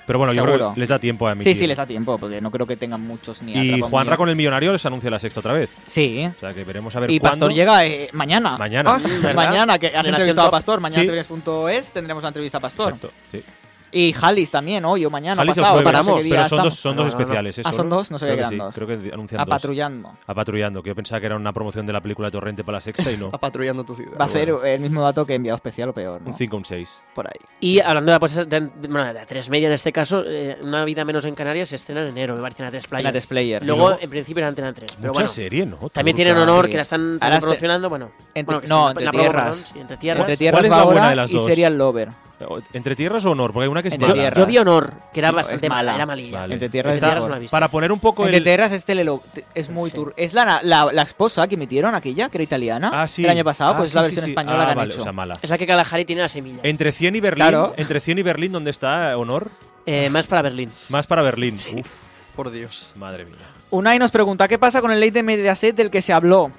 Speaker 2: Pero bueno, yo creo
Speaker 5: seguro.
Speaker 2: que les da tiempo a
Speaker 5: Sí,
Speaker 2: emitir.
Speaker 5: sí, les da tiempo, porque no creo que tengan muchos ni
Speaker 2: Y
Speaker 5: Atrapa un
Speaker 2: Juanra
Speaker 5: Millón.
Speaker 2: con el millonario les anuncia la sexta otra vez.
Speaker 5: Sí.
Speaker 2: O sea que veremos a ver
Speaker 5: Y
Speaker 2: cuándo.
Speaker 5: Pastor llega eh, mañana.
Speaker 2: Mañana.
Speaker 4: Ah,
Speaker 3: ¿verdad?
Speaker 5: Mañana, que has
Speaker 3: Generación
Speaker 5: entrevistado a
Speaker 3: Top.
Speaker 5: Pastor. Mañana
Speaker 2: Sí.
Speaker 5: en teberes.es tendremos la entrevista a Pastor.
Speaker 2: Exacto. Sí.
Speaker 5: Y Halis también, hoy o mañana,
Speaker 2: Jalis o
Speaker 5: pasado.
Speaker 2: jueves,
Speaker 5: Ah, no sé qué día
Speaker 2: pero son dos,
Speaker 5: estamos.
Speaker 2: son dos
Speaker 3: No, no, no.
Speaker 2: especiales. ¿eh?
Speaker 5: Ah, son
Speaker 2: solo?
Speaker 5: dos, no sabía
Speaker 2: creo
Speaker 5: que
Speaker 2: que
Speaker 5: eran
Speaker 2: sí, creo que anuncian
Speaker 5: a
Speaker 2: dos.
Speaker 5: Ah, patrullando.
Speaker 2: A patrullando, que yo pensaba que era una promoción de la película Torrente para la sexta y no.
Speaker 4: Va patrullando tu ciudad.
Speaker 5: Va a ser el mismo dato que enviado especial o peor. ¿no?
Speaker 2: Ah, Un 5 un 6.
Speaker 4: Por ahí.
Speaker 3: Y hablando de, pues, de, bueno, de A3 Media en este caso, eh, Una vida menos en Canarias se estrena en enero, me parece, en A3 Playa.
Speaker 5: Antena 3 Player.
Speaker 3: Luego,
Speaker 2: luego-
Speaker 3: en principio era Antena 3.
Speaker 2: Mucha
Speaker 3: Pero bueno,
Speaker 2: serie, ¿no?
Speaker 3: también
Speaker 2: Turca.
Speaker 3: tienen honor
Speaker 5: sí.
Speaker 3: que la están
Speaker 5: Ahora se-
Speaker 3: promocionando, bueno.
Speaker 5: Entre-
Speaker 3: bueno, que
Speaker 5: no,
Speaker 3: está en
Speaker 5: Entre
Speaker 3: la promo,
Speaker 5: Tierras.
Speaker 3: perdón, sí, entre
Speaker 5: Entre
Speaker 3: tierras.
Speaker 5: Tierras
Speaker 2: es
Speaker 5: va
Speaker 2: la buena
Speaker 5: ahora
Speaker 2: de las
Speaker 5: y
Speaker 2: dos?
Speaker 5: Serial Lover.
Speaker 2: ¿Entre tierras o honor? Porque hay una que es
Speaker 5: Entre
Speaker 2: mala.
Speaker 5: Tierras.
Speaker 3: Yo vi honor, que era
Speaker 5: No, es
Speaker 3: bastante mala,
Speaker 5: mala.
Speaker 3: era malilla.
Speaker 2: Vale.
Speaker 5: Entre Tierras
Speaker 3: es
Speaker 2: Está-
Speaker 3: mejor. Tierras no la he visto.
Speaker 2: Para poner un poco
Speaker 5: Entre
Speaker 2: el...
Speaker 5: Tierras es telelo... te- Es muy
Speaker 3: Sí.
Speaker 5: tur... Es la, la, la esposa que emitieron aquella, que era italiana.
Speaker 2: Ah, sí.
Speaker 5: El año pasado,
Speaker 2: Ah,
Speaker 5: pues es
Speaker 2: sí,
Speaker 5: la
Speaker 2: sí,
Speaker 5: versión
Speaker 2: sí.
Speaker 5: española
Speaker 2: Ah,
Speaker 5: que han
Speaker 2: vale,
Speaker 5: hecho.
Speaker 2: o sea, mala.
Speaker 3: Es la que Kalahari tiene la semilla.
Speaker 2: Entre 100 y Berlín.
Speaker 5: Claro.
Speaker 2: Entre 100 y Berlín, ¿dónde está honor?
Speaker 3: Eh, más para Berlín.
Speaker 2: Más para Berlín. Uf,
Speaker 4: Por Dios.
Speaker 2: madre mía.
Speaker 5: Unai nos pregunta, ¿qué pasa con el ley de Mediaset del que se habló?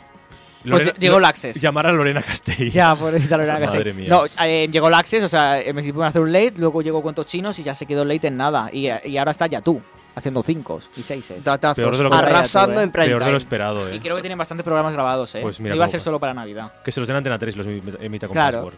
Speaker 5: llegó el Access.
Speaker 2: Llamar a Lorena Castell.
Speaker 5: Pues Ya, por eso lo era que
Speaker 2: Madre
Speaker 5: sé.
Speaker 2: mía.
Speaker 5: No, eh, llegó el Access, o sea, en principio iban a hacer un late, luego llegó cuentos chinos y ya se quedó late en nada. Y, y ahora está ya tú, haciendo 5 y 6
Speaker 4: Datazos.
Speaker 2: Peor de lo que-
Speaker 4: arrasando
Speaker 5: Peor
Speaker 4: en prime
Speaker 2: Peor de lo
Speaker 4: time.
Speaker 2: esperado,
Speaker 5: Y
Speaker 2: ¿eh?
Speaker 5: creo que tienen bastantes programas grabados, ¿eh?
Speaker 2: Pues mira
Speaker 5: No iba a
Speaker 2: cómo
Speaker 5: ser
Speaker 2: pasa.
Speaker 5: solo para Navidad.
Speaker 2: Que se los den Antena 3 los emita con
Speaker 5: Claro.
Speaker 2: password.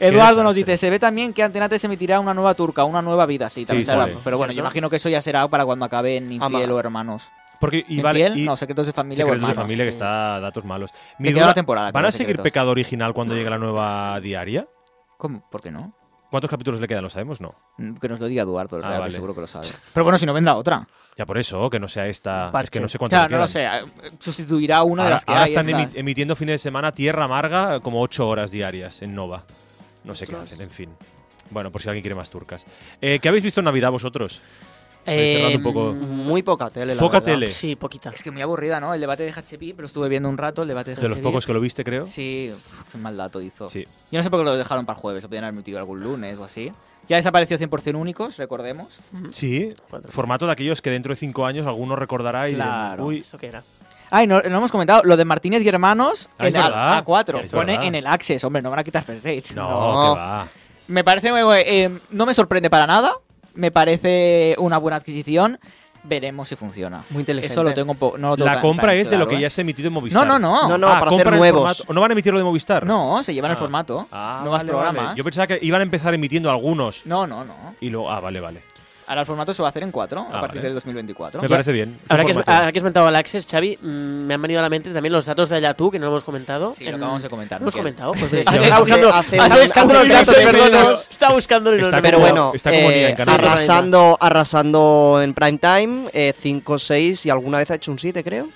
Speaker 5: Eduardo nos
Speaker 2: desastre.
Speaker 5: dice, se ve también que Antena 3 emitirá una nueva turca, una nueva vida, sí, también
Speaker 2: Sí,
Speaker 5: será.
Speaker 2: sí.
Speaker 5: Pero bueno, yo
Speaker 3: ¿Cierto?
Speaker 5: imagino que eso ya será para cuando acaben Infiel
Speaker 4: Amada.
Speaker 5: o Hermanos.
Speaker 2: Porque, y vale,
Speaker 5: Infiel,
Speaker 2: y
Speaker 5: no, Secretos de Familia
Speaker 2: Secretos
Speaker 5: o
Speaker 2: de
Speaker 5: Hermanos.
Speaker 2: familia que
Speaker 5: sí.
Speaker 2: está a datos malos.
Speaker 5: Me queda una temporada,
Speaker 2: ¿Van
Speaker 5: creo,
Speaker 2: a
Speaker 5: de
Speaker 2: seguir
Speaker 5: Secretos.
Speaker 2: pecado original cuando llegue la nueva diaria?
Speaker 5: ¿Cómo? ¿Por qué no?
Speaker 2: ¿Cuántos capítulos le quedan? Lo sabemos, no.
Speaker 5: Mm, Que nos lo diga Eduardo, el
Speaker 2: Ah,
Speaker 5: real, que
Speaker 2: vale.
Speaker 5: seguro que lo sabe. Pero bueno, si no vendrá otra.
Speaker 2: Ya por eso, que no sea esta. Es
Speaker 3: Parche.
Speaker 2: que no sé cuántos
Speaker 5: Claro,
Speaker 2: le
Speaker 5: no lo
Speaker 2: quedan.
Speaker 5: sé. eh, Sustituirá una de
Speaker 2: ahora
Speaker 5: las que
Speaker 2: ahora
Speaker 5: hay.
Speaker 2: están
Speaker 5: estas.
Speaker 2: emi- emitiendo fines de semana Tierra Amarga como 8 horas diarias en Nova. No sé qué hacen, en fin. Bueno, por si alguien quiere más turcas. Eh, ¿Qué habéis visto en Navidad vosotros?
Speaker 3: Eh,
Speaker 2: Ahí cerrando un poco.
Speaker 4: Muy poca tele, la
Speaker 2: Poca
Speaker 4: verdad.
Speaker 2: tele.
Speaker 3: mm, Sí, poquita.
Speaker 5: Es que muy aburrida, ¿no? El debate de HB, pero estuve viendo un rato el debate de HB.
Speaker 2: De los pocos que lo viste, creo.
Speaker 5: Pues Sí, uf, qué mal dato hizo.
Speaker 2: Sí.
Speaker 5: Yo no sé por qué lo dejaron para el jueves, lo podían haber metido algún lunes o así. Ya desapareció 100% únicos, recordemos.
Speaker 2: Sí. Formato de aquellos que dentro de 5 años alguno recordará y dirán,
Speaker 5: Claro.
Speaker 2: uy,
Speaker 3: ¿Esto qué era?
Speaker 5: Ay, no, no hemos comentado, lo de Martínez y Hermanos
Speaker 2: Ah, es
Speaker 5: en A-
Speaker 2: verdad.
Speaker 5: A4.
Speaker 2: Es
Speaker 5: pone
Speaker 2: verdad.
Speaker 5: en el Access, hombre, no van a quitar First Dates.
Speaker 2: no,
Speaker 4: No.
Speaker 2: que va.
Speaker 5: Me parece, eh, eh, no me sorprende para nada, me parece una buena adquisición. Veremos si funciona.
Speaker 4: Muy inteligente.
Speaker 5: Eso lo tengo un po- no lo tengo
Speaker 2: La
Speaker 5: tan-
Speaker 2: compra
Speaker 5: tan
Speaker 2: es de
Speaker 5: claro,
Speaker 2: lo que
Speaker 5: ¿eh?
Speaker 2: ya se ha emitido en Movistar.
Speaker 5: No, no, no.
Speaker 4: No, no,
Speaker 2: Ah,
Speaker 4: para
Speaker 2: compran
Speaker 4: hacer
Speaker 2: el
Speaker 4: nuevos.
Speaker 2: formato- ¿No van a emitirlo de Movistar?
Speaker 5: No, se llevan el
Speaker 2: Ah.
Speaker 5: formato.
Speaker 2: Ah,
Speaker 5: nuevos
Speaker 2: vale, vale.
Speaker 5: programas.
Speaker 2: Yo pensaba que iban a empezar emitiendo algunos.
Speaker 5: No, no, no.
Speaker 2: Y luego, ah, vale, vale.
Speaker 5: Ahora el formato se va a hacer en cuatro, a
Speaker 2: Ah,
Speaker 5: partir
Speaker 2: vale.
Speaker 5: del 2024.
Speaker 2: Me
Speaker 5: Ya.
Speaker 2: parece bien. Es un
Speaker 3: Ahora que, has,
Speaker 2: formato.
Speaker 3: ahora que has comentado al Access, Xavi, mm, me han venido a la mente también los datos de Allatú, que no lo hemos comentado.
Speaker 5: Sí, lo acabamos de comentar,
Speaker 3: ¿Lo hemos
Speaker 5: Miquel.
Speaker 3: comentado? Pues
Speaker 5: Sí,
Speaker 3: ves,
Speaker 5: sí.
Speaker 3: estaba
Speaker 4: Hace-
Speaker 3: buscando-
Speaker 4: hace
Speaker 3: estaba
Speaker 4: un-
Speaker 3: buscando
Speaker 4: hace
Speaker 3: los datos,
Speaker 4: tres
Speaker 3: perdón,
Speaker 4: semanas.
Speaker 3: Estaba buscando los
Speaker 2: Está
Speaker 3: datos.
Speaker 4: Pero
Speaker 2: como-
Speaker 4: bueno,
Speaker 2: está como
Speaker 4: eh,
Speaker 2: ni en Canarias.
Speaker 4: arrasando, arrasando en prime time, 5, 6 y alguna vez ha hecho un 7, creo.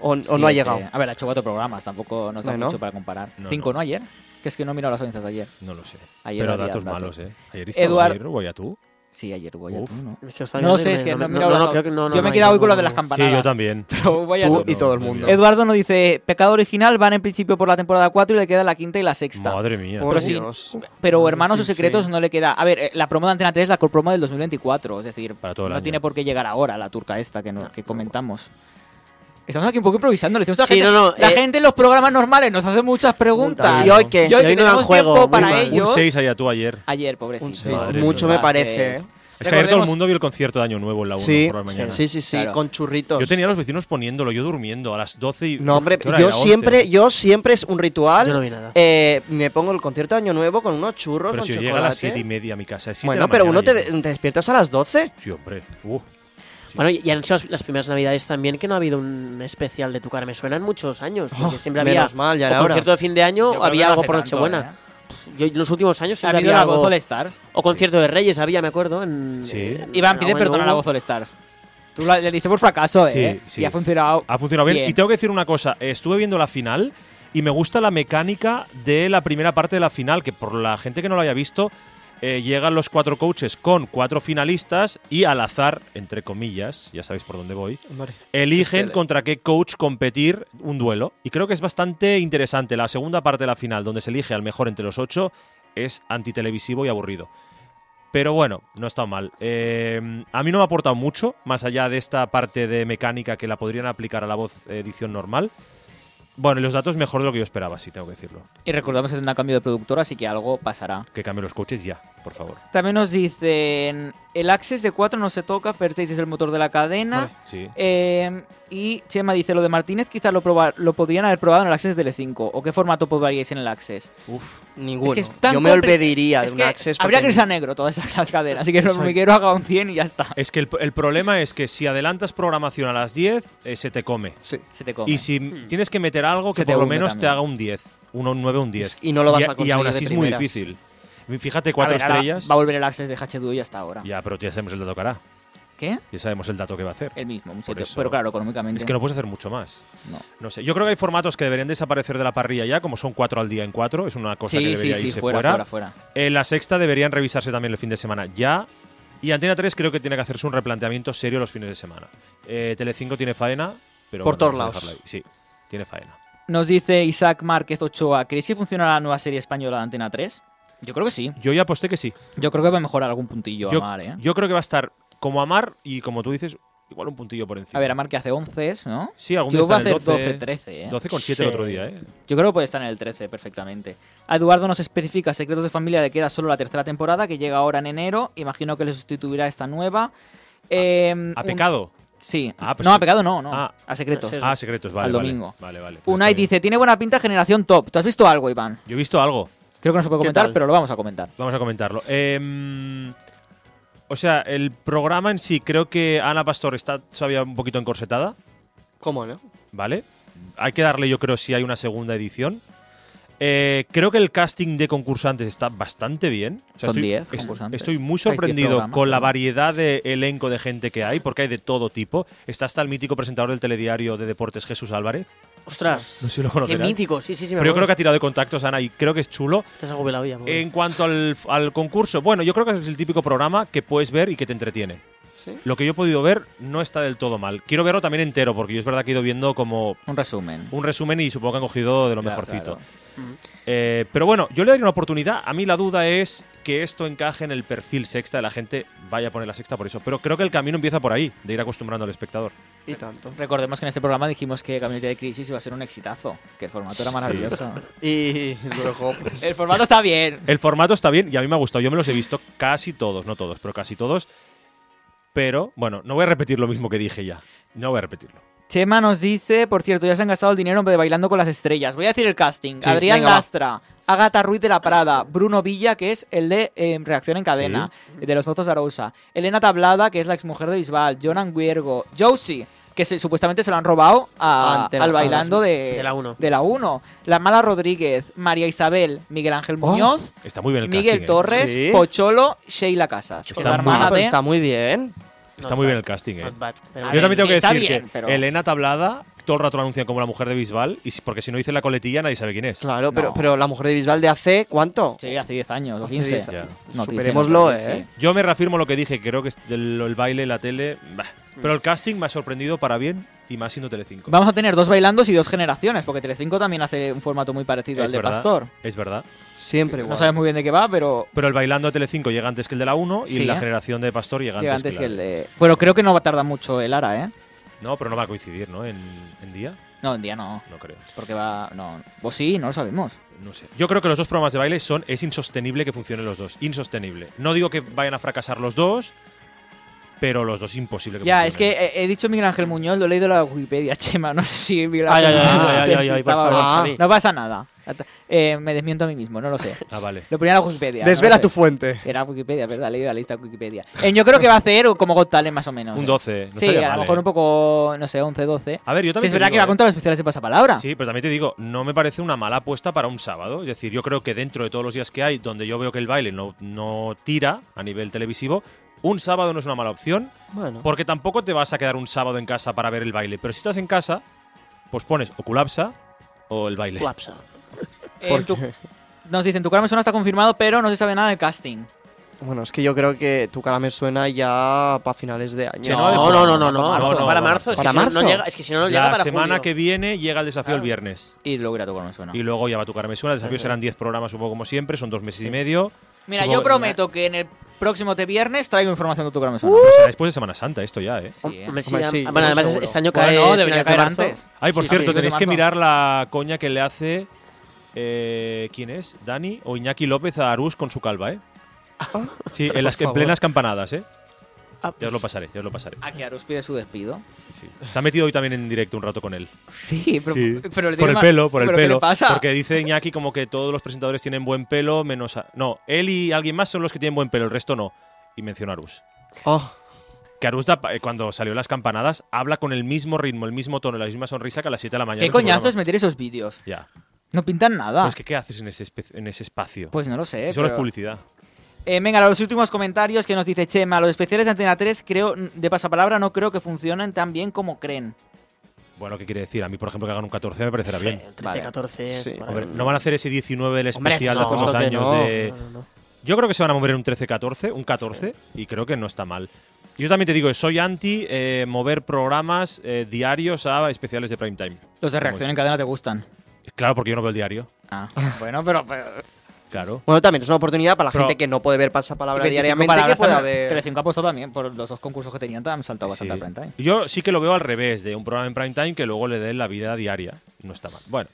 Speaker 4: O, o no ha
Speaker 5: Siete.
Speaker 4: llegado.
Speaker 5: A ver, ha hecho cuatro programas, tampoco nos da
Speaker 4: Bueno.
Speaker 5: mucho para comparar.
Speaker 2: No,
Speaker 5: Cinco,
Speaker 2: no.
Speaker 5: ¿no? Ayer. Que es que no he mirado las audiencias de ayer.
Speaker 2: No lo sé.
Speaker 5: Ayer
Speaker 2: Pero
Speaker 5: había
Speaker 2: datos
Speaker 5: datos.
Speaker 2: malos, ¿eh? Ayer estaba
Speaker 5: Eduard-
Speaker 2: ayer, ¿o ya tú.
Speaker 5: Sí, ayer hubo ya
Speaker 2: Uf.
Speaker 5: tú, ¿no?
Speaker 3: Es que os estaba
Speaker 5: No lo
Speaker 3: viendo
Speaker 5: sé,
Speaker 3: y
Speaker 5: es que
Speaker 3: me-
Speaker 5: no he
Speaker 3: no-
Speaker 5: mirado
Speaker 3: no,
Speaker 5: las
Speaker 3: no, creo que no, no,
Speaker 5: Yo me he
Speaker 3: no,
Speaker 5: quedado
Speaker 3: no,
Speaker 5: hoy con lo
Speaker 3: no,
Speaker 5: de las
Speaker 3: no.
Speaker 5: campanadas.
Speaker 2: Sí, yo también.
Speaker 5: Pero hubo ya
Speaker 4: Tú
Speaker 5: tú.
Speaker 4: y todo el mundo.
Speaker 5: Eduardo nos dice, Pecado Original van en principio por la temporada 4 y le queda la quinta y la sexta.
Speaker 2: Madre mía.
Speaker 4: Por
Speaker 5: Pero sí.
Speaker 4: Dios.
Speaker 5: Pero Hermanos o
Speaker 3: sí,
Speaker 5: Secretos
Speaker 3: sí.
Speaker 5: no le queda... A ver, eh, la promo de Antena 3 es la promo del 2024, es decir,
Speaker 2: Para todo el
Speaker 5: no
Speaker 2: año.
Speaker 5: tiene por qué llegar ahora la turca esta que, no- que comentamos. Estamos aquí un poco improvisando, le decimos a la
Speaker 3: Sí,
Speaker 5: gente...
Speaker 3: no, no,
Speaker 5: la
Speaker 3: eh,
Speaker 5: gente en los programas normales nos hace muchas preguntas.
Speaker 4: Y hoy qué.
Speaker 5: Y hoy
Speaker 3: Y
Speaker 5: que
Speaker 3: hoy no dan
Speaker 5: tenemos
Speaker 3: juego,
Speaker 5: tiempo
Speaker 3: muy
Speaker 5: para
Speaker 3: mal.
Speaker 2: Un
Speaker 5: ellos...
Speaker 2: 6 allá tú ayer.
Speaker 5: Ayer,
Speaker 4: Un
Speaker 5: pobrecito.
Speaker 4: seis.
Speaker 2: Madre
Speaker 4: Mucho
Speaker 2: mía.
Speaker 4: me parece, ¿eh?
Speaker 2: Es que ayer todo el
Speaker 3: Recordemos-
Speaker 2: mundo vio el concierto de Año Nuevo en la 1
Speaker 4: Sí,
Speaker 2: por la mañana.
Speaker 4: sí, sí, sí,
Speaker 5: Claro.
Speaker 4: con churritos.
Speaker 2: Yo tenía a los vecinos poniéndolo, yo durmiendo a las 12 y.
Speaker 4: No, hombre,
Speaker 2: ¿qué hora
Speaker 4: yo
Speaker 2: era? 11.
Speaker 4: siempre, yo siempre es un ritual.
Speaker 3: Yo no vi nada.
Speaker 4: eh, me pongo el concierto de Año Nuevo con unos churros,
Speaker 2: Pero
Speaker 4: con
Speaker 2: si yo
Speaker 4: chocolate. ¿eh?
Speaker 2: llega a las 7 y media a mi casa. es siete de
Speaker 4: bueno,
Speaker 2: la
Speaker 4: pero
Speaker 2: mañana
Speaker 4: uno te,
Speaker 2: ya.
Speaker 4: te despiertas a las 12.
Speaker 2: Sí, hombre. Uh,
Speaker 3: Bueno, y y han sido las- las primeras navidades también que no ha habido un especial de tu cara. Me suenan muchos años.
Speaker 2: Oh,
Speaker 3: Porque siempre había
Speaker 4: menos mal, ya
Speaker 3: o
Speaker 4: era hora.
Speaker 3: concierto de fin de año o había algo por Nochebuena. Yo en los últimos años
Speaker 5: ¿eh? Ha
Speaker 3: siempre
Speaker 5: habido
Speaker 3: había
Speaker 5: la
Speaker 3: algo.
Speaker 5: voz All Star.
Speaker 3: O concierto de Reyes había, me acuerdo. En,
Speaker 2: Sí.
Speaker 3: en-
Speaker 5: Iván pide
Speaker 3: en-
Speaker 5: perdón a la voz All Star. uh. Tú la- le diste por fracaso,
Speaker 2: Sí,
Speaker 5: ¿eh?
Speaker 2: sí. Ah.
Speaker 5: Y ha funcionado.
Speaker 2: ha funcionado bien.
Speaker 5: Bien.
Speaker 2: Y tengo que decir una cosa. eh, Estuve viendo la final y me gusta la mecánica de la primera parte de la final, que por la gente que no lo haya visto, eh, llegan los cuatro coaches con cuatro finalistas y al azar, entre comillas, ya sabéis por dónde voy, eligen
Speaker 4: Estela.
Speaker 2: contra qué coach competir un duelo. Y creo que es bastante interesante. La segunda parte de la final, donde se elige al mejor entre los ocho, es antitelevisivo y aburrido. Pero bueno, no está mal. Eh, a mí no me ha aportado mucho, más allá de esta parte de mecánica que la podrían aplicar a la voz edición normal. Bueno, y los datos mejor de lo que yo esperaba, sí, tengo que decirlo.
Speaker 5: Y recordamos que tendrá cambio de productor, así que algo pasará.
Speaker 2: Que cambie los coaches ya, por favor.
Speaker 5: También nos dicen: el Access de 4 no se toca, Vertex es el motor de la cadena.
Speaker 2: Sí.
Speaker 5: Eh, y Chema dice, lo de Martínez quizás lo, proba- lo podrían haber probado en el Access de 5 ¿O qué formato probaríais en el Access?
Speaker 2: Uf.
Speaker 4: Ninguno.
Speaker 5: Es que es tan
Speaker 4: yo me
Speaker 5: compli-
Speaker 4: olvidaría de
Speaker 5: Es
Speaker 4: un
Speaker 5: que
Speaker 4: access.
Speaker 5: habría que
Speaker 4: porque-
Speaker 5: irse a negro todas esas las cadenas. Así que el
Speaker 4: Exacto.
Speaker 5: hormiguero haga un 100 y ya está.
Speaker 2: Es que el, el problema es que si adelantas programación a las 10, eh, se te come.
Speaker 4: Sí.
Speaker 5: Se te come. Hmm.
Speaker 2: Y si tienes que meter algo que
Speaker 5: Se te
Speaker 2: por lo
Speaker 5: hunde
Speaker 2: menos te
Speaker 5: también.
Speaker 2: haga un 10, un 9 un 10.
Speaker 4: Y no lo vas a
Speaker 2: Y aún
Speaker 4: conseguir
Speaker 2: así
Speaker 4: de
Speaker 2: es muy
Speaker 4: primeras.
Speaker 2: difícil. Fíjate,
Speaker 5: A
Speaker 2: cuatro
Speaker 5: ver, ahora
Speaker 2: estrellas.
Speaker 5: Va a volver el Access de H2 y hasta ahora.
Speaker 2: Ya, pero ya sabemos el dato que hará.
Speaker 5: ¿Qué?
Speaker 2: Ya sabemos el dato que va a hacer.
Speaker 4: Eh,
Speaker 5: El mismo. un
Speaker 2: Por
Speaker 5: sitio.
Speaker 2: eso.
Speaker 5: Pero claro, económicamente.
Speaker 2: Es que no puedes hacer mucho más.
Speaker 5: no.
Speaker 2: No sé. Yo creo que hay formatos que deberían desaparecer de la parrilla ya, como son cuatro al día en cuatro. Es una cosa que
Speaker 5: Sí, sí,
Speaker 2: debería
Speaker 5: sí,
Speaker 2: irse
Speaker 5: fuera, fuera, fuera.
Speaker 2: Eh, la sexta deberían revisarse también el fin de semana ya. Y Antena 3 creo que tiene que hacerse un replanteamiento serio los fines de semana. Eh, Telecinco tiene faena, pero bueno,
Speaker 4: Por todos
Speaker 2: vamos a
Speaker 4: lados.
Speaker 2: dejarla ahí. Sí, tiene faena.
Speaker 5: Nos dice Isaac Márquez Ochoa, ¿creéis que funcionará la nueva serie española de Antena 3? Yo creo que sí.
Speaker 2: Yo ya aposté que sí.
Speaker 5: Yo creo que va a mejorar algún puntillo
Speaker 2: Yo,
Speaker 5: Amar, ¿eh?
Speaker 2: yo creo que va a estar como Amar y como tú dices, igual un puntillo por encima.
Speaker 5: A ver, Amar que hace 11, ¿no?
Speaker 2: sí, algún día
Speaker 5: Yo voy a
Speaker 2: está en
Speaker 5: hacer
Speaker 2: el 12,
Speaker 5: 12, 13, ¿eh?
Speaker 2: 12 con 7 el otro día, ¿eh?
Speaker 5: Yo creo que puede estar en el 13 perfectamente. A Eduardo nos especifica Secretos de Familia le queda solo la tercera temporada, que llega ahora en enero. Imagino que le sustituirá esta nueva. Eh,
Speaker 2: A
Speaker 5: un-
Speaker 2: Ah, pecado.
Speaker 5: Sí.
Speaker 2: Ah, pues
Speaker 5: no, a
Speaker 2: sí.
Speaker 5: pecado no, no.
Speaker 2: Ah.
Speaker 5: a secretos.
Speaker 3: Sí, sí.
Speaker 2: Ah, secretos, vale.
Speaker 5: Al
Speaker 2: vale.
Speaker 5: domingo.
Speaker 2: Vale, vale. pues
Speaker 5: Unai
Speaker 2: está bien.
Speaker 5: dice, tiene buena pinta generación top. ¿Tú has visto algo, Iván?
Speaker 2: Yo he visto algo.
Speaker 5: Creo que no se puede
Speaker 4: ¿Qué
Speaker 5: comentar,
Speaker 4: tal?
Speaker 5: pero lo vamos a comentar.
Speaker 2: Vamos a comentarlo. Em, o sea, el programa en sí, creo que Ana Pastor está todavía un poquito encorsetada,
Speaker 4: ¿Cómo no?
Speaker 2: ¿vale? Hay que darle, yo creo, si hay una segunda edición. Eh, creo que el casting de concursantes está bastante bien. O sea,
Speaker 5: Son
Speaker 2: estoy-
Speaker 5: 10
Speaker 2: es-
Speaker 5: concursantes.
Speaker 2: Estoy muy
Speaker 5: Hay 10
Speaker 2: sorprendido
Speaker 5: programas,
Speaker 2: con la
Speaker 5: ¿no?
Speaker 2: variedad de elenco de gente que hay, porque hay de todo tipo. Está hasta el mítico presentador del telediario de deportes, Jesús Álvarez.
Speaker 3: Ostras.
Speaker 2: No sé si lo
Speaker 3: Qué
Speaker 2: conocerás.
Speaker 3: mítico. Sí, sí, sí.
Speaker 2: Pero yo
Speaker 3: me
Speaker 2: creo
Speaker 3: acuerdo.
Speaker 2: que ha tirado de contactos, Ana, y creo que es chulo.
Speaker 3: Estás jubilado ya. pobre.
Speaker 2: En cuanto al, al concurso, bueno, yo creo que es el típico programa que puedes ver y que te entretiene.
Speaker 4: Sí.
Speaker 2: Lo que yo he podido ver no está del todo mal. Quiero verlo también entero, porque yo es verdad que he ido viendo como
Speaker 5: Un resumen.
Speaker 2: un resumen y supongo que han cogido de lo
Speaker 5: Claro,
Speaker 2: mejorcito.
Speaker 5: claro.
Speaker 2: Eh, pero bueno, yo le daría una oportunidad. A mí la duda es que esto encaje en el perfil sexta de la gente. Vaya a poner la sexta por eso. Pero creo que el camino empieza por ahí, de ir acostumbrando al espectador.
Speaker 4: Y tanto.
Speaker 5: Recordemos que en este programa dijimos que Gabinete de Crisis iba a ser un exitazo, que el formato era maravilloso.
Speaker 4: Y luego, pues.
Speaker 5: el formato está bien.
Speaker 2: El formato está bien y a mí me ha gustado. Yo me los he visto casi todos, no todos, pero casi todos. Pero bueno, no voy a repetir lo mismo que dije ya. No voy a repetirlo.
Speaker 5: Chema nos dice, por cierto, ya se han gastado el dinero de Bailando con las Estrellas. Voy a decir el casting.
Speaker 4: Sí,
Speaker 5: Adrián
Speaker 4: venga, va.
Speaker 5: Lastra, Agatha Ruiz de la Parada, Bruno Villa, que es el de eh, Reacción en Cadena, de Los Mozos de Arousa, Elena Tablada, que es la exmujer de Bisbal, Jonan Guiergo, Josie, que se- supuestamente se lo han robado a-
Speaker 4: Ah, ante-
Speaker 5: al Bailando
Speaker 4: a
Speaker 5: de,
Speaker 3: de la uno.
Speaker 5: de la 1. La Mala Rodríguez, María Isabel, Miguel Ángel Muñoz,
Speaker 2: Está muy bien el
Speaker 5: Miguel
Speaker 2: casting. ¿eh?
Speaker 5: Torres,
Speaker 4: Oh. Sí.
Speaker 5: Pocholo, Sheila Casas, que es
Speaker 2: Está
Speaker 5: la
Speaker 2: muy
Speaker 5: hermana
Speaker 4: Ah, pero
Speaker 5: de...
Speaker 4: está muy bien.
Speaker 2: Está
Speaker 3: Not
Speaker 2: muy bien
Speaker 3: bad.
Speaker 2: el casting, eh.
Speaker 3: Not bad, pero
Speaker 5: A
Speaker 2: Yo
Speaker 5: ver,
Speaker 2: también tengo
Speaker 5: sí,
Speaker 2: que
Speaker 5: está
Speaker 2: decir
Speaker 5: bien,
Speaker 2: que
Speaker 5: pero-
Speaker 2: Elena Tablada todo el rato la anuncian como la mujer de Bisbal, y si- porque si no dice la coletilla nadie sabe quién es.
Speaker 4: Claro,
Speaker 5: No.
Speaker 4: pero, pero la mujer de Bisbal de hace cuánto?
Speaker 5: Sí, hace 10 años, o
Speaker 4: Hace
Speaker 5: 15.
Speaker 4: 10
Speaker 2: años.
Speaker 5: No, 15,
Speaker 4: Superémoslo,
Speaker 5: no, sí.
Speaker 4: ¿eh?
Speaker 2: Yo me reafirmo lo que dije, creo que es el, el baile, la tele. bah.
Speaker 5: Mm.
Speaker 2: Pero el casting me ha sorprendido para bien y más siendo Telecinco.
Speaker 5: Vamos a tener dos bailandos y dos generaciones, porque Telecinco también hace un formato muy parecido
Speaker 2: Es
Speaker 5: al de
Speaker 2: verdad,
Speaker 5: Pastor.
Speaker 2: Es verdad.
Speaker 4: Siempre igual.
Speaker 5: No sabes muy bien de qué va, pero
Speaker 2: Pero el bailando de Telecinco llega antes que el de la 1 y
Speaker 5: Sí,
Speaker 2: la
Speaker 5: ¿eh?
Speaker 2: generación de Pastor llega antes,
Speaker 5: llega antes que
Speaker 2: la
Speaker 5: el de... Bueno, creo que no va a tardar mucho el Ara, ¿eh?
Speaker 2: No, pero no va a coincidir, ¿no? En, en día.
Speaker 5: No, un día no.
Speaker 2: No creo.
Speaker 5: Porque va. No. Pues sí, no lo sabemos.
Speaker 2: No sé. Yo creo que los dos programas de baile son. Es insostenible que funcionen los dos. Insostenible. No digo que vayan a fracasar los dos, pero los dos imposible que
Speaker 5: Ya, es que
Speaker 2: funcionen.
Speaker 5: eh, he dicho Miguel Ángel Muñoz, lo he leído en la Wikipedia, Chema. No sé si Miguel
Speaker 2: Ah,
Speaker 3: Ay,
Speaker 5: Ángel
Speaker 3: ay, ay,
Speaker 5: Muñoz-
Speaker 3: ay,
Speaker 5: sí,
Speaker 3: ay,
Speaker 5: sí,
Speaker 3: ay, por
Speaker 5: estaba-
Speaker 3: favor,
Speaker 4: Ah.
Speaker 3: Xavi.
Speaker 5: No pasa nada. Eh, me desmiento a mí mismo, no lo sé.
Speaker 2: Ah, vale.
Speaker 5: Lo ponía en la Wikipedia. no lo
Speaker 4: Desvela
Speaker 5: sé.
Speaker 4: tu fuente.
Speaker 5: Era Wikipedia, ¿verdad? Leído la lista de Wikipedia. Eh, yo creo que va a hacer como Got Talent más o menos.
Speaker 2: Un
Speaker 5: eh.
Speaker 2: 12. no
Speaker 5: sí,
Speaker 2: estaría
Speaker 5: a lo
Speaker 2: mal,
Speaker 5: mejor
Speaker 2: eh.
Speaker 5: un poco, no sé, 11, 12.
Speaker 2: A ver, yo
Speaker 5: Sí,
Speaker 2: también.
Speaker 5: es
Speaker 2: te
Speaker 5: verdad
Speaker 2: digo,
Speaker 5: que va
Speaker 2: eh.
Speaker 5: contra los especiales de pasapalabra.
Speaker 2: Sí, pero también te digo, no me parece una mala apuesta para un sábado. Es decir, yo creo que dentro de todos los días que hay, donde yo veo que el baile no, no tira a nivel televisivo, un sábado no es una mala opción,
Speaker 5: Ah.
Speaker 4: Bueno.
Speaker 2: porque tampoco te vas a quedar un sábado en casa para ver el baile. Pero si estás en casa, pues pones o colapsa o el baile.
Speaker 3: Colapsa.
Speaker 5: Eh, en tu- Nos dicen, tu cara me suena está confirmado, pero no se sabe nada del casting.
Speaker 4: Bueno, es que yo creo que tu cara me suena ya para finales de año.
Speaker 2: Sí, no,
Speaker 3: No, no, no, no, no.
Speaker 2: Para marzo.
Speaker 3: Para marzo. Es que
Speaker 4: Para
Speaker 3: si no, no
Speaker 4: marzo.
Speaker 3: llega- Es que si no, no llega
Speaker 2: La
Speaker 3: para
Speaker 2: semana
Speaker 3: julio.
Speaker 2: que viene llega el desafío el viernes.
Speaker 5: Y luego irá tu cara me suena.
Speaker 2: Y luego ya va tu cara me suena. El desafío serán 10 programas, supongo, como siempre. Son dos meses y medio.
Speaker 5: Mira,
Speaker 2: Supongo-
Speaker 5: yo prometo que en el próximo te viernes traigo información de tu cara me suena.
Speaker 2: Pero será después de Semana Santa esto ya, ¿eh?
Speaker 5: Sí, eh.
Speaker 3: Hombre, sí,
Speaker 4: Hombre,
Speaker 3: ya-
Speaker 4: sí,
Speaker 3: bueno, además
Speaker 4: seguro.
Speaker 3: este año cae.
Speaker 5: Bueno, no,
Speaker 3: finales
Speaker 5: debería
Speaker 3: de
Speaker 5: caer
Speaker 3: marzo.
Speaker 5: antes.
Speaker 2: Ay, por
Speaker 5: Sí,
Speaker 2: cierto,
Speaker 5: sí,
Speaker 2: tenéis
Speaker 5: desde
Speaker 2: que
Speaker 5: marzo.
Speaker 2: mirar la coña que le hace. eh, ¿Quién es? ¿Dani o Iñaki López a Arús con su calva, eh? Sí, en, las,
Speaker 4: por
Speaker 2: en plenas campanadas, eh.
Speaker 3: Ah,
Speaker 2: Ya os lo pasaré, ya os lo pasaré.
Speaker 5: A que Arus pide su despido.
Speaker 2: Sí. Se ha metido hoy también en directo un rato con él.
Speaker 5: Sí, pero, eh,
Speaker 2: Sí.
Speaker 5: pero le
Speaker 2: por
Speaker 5: tiene
Speaker 2: el
Speaker 5: ma-
Speaker 2: pelo, por el
Speaker 5: ¿pero
Speaker 2: pelo.
Speaker 5: ¿Qué le pasa?
Speaker 2: Porque dice Iñaki como que todos los presentadores tienen buen pelo, menos. a- no, él y alguien más son los que tienen buen pelo, el resto no. Y menciona a Arús.
Speaker 4: Oh,
Speaker 2: Que Arús, da pa- eh, cuando salió las campanadas, habla con el mismo ritmo, el mismo tono, la misma sonrisa que a las 7 de la mañana.
Speaker 5: ¿Qué
Speaker 2: en su
Speaker 5: coñazo es
Speaker 2: programa.
Speaker 5: meter esos vídeos?
Speaker 2: Ya.
Speaker 5: No pintan nada.
Speaker 2: Pues que, ¿qué haces en ese, espe- en ese espacio?
Speaker 5: Pues no lo sé.
Speaker 2: Si solo es
Speaker 5: pero-
Speaker 2: publicidad.
Speaker 5: Eh, venga, los últimos comentarios que nos dice Chema. Los especiales de Antena 3, creo, de pasapalabra, no creo que funcionen tan bien como creen.
Speaker 2: Bueno, ¿qué quiere decir? A mí, por ejemplo, que hagan un 14 me parecerá bien.
Speaker 3: 13,
Speaker 5: Vale.
Speaker 3: 14.
Speaker 4: Sí.
Speaker 3: por ahí.
Speaker 2: Hombre, no van a hacer ese 19 del
Speaker 4: Hombre,
Speaker 2: especial
Speaker 4: no,
Speaker 2: de hace unos
Speaker 4: claro que
Speaker 2: años.
Speaker 4: no.
Speaker 2: de- Yo creo que se van a mover en un 13-14, un 14, y creo que no está mal. Yo también te digo, que soy anti eh, mover programas eh, diarios a especiales de prime time.
Speaker 5: Los de reacción en cadena te gustan.
Speaker 2: Claro, porque yo no veo el diario.
Speaker 5: Ah, bueno, pero. pero
Speaker 2: Claro.
Speaker 4: Bueno, también es una oportunidad para la
Speaker 2: Pero-
Speaker 4: gente que no puede ver pasapalabra
Speaker 5: 25
Speaker 4: diariamente
Speaker 5: palabras
Speaker 4: que pueda
Speaker 5: también.
Speaker 4: ver.
Speaker 5: Telecinco ha apostado también por los dos concursos que tenían, han saltado bastante ¿eh?
Speaker 2: Sí.
Speaker 5: al prime time.
Speaker 2: Yo sí que lo veo al revés, de un programa en prime time que luego le den la vida diaria. No está mal. Bueno,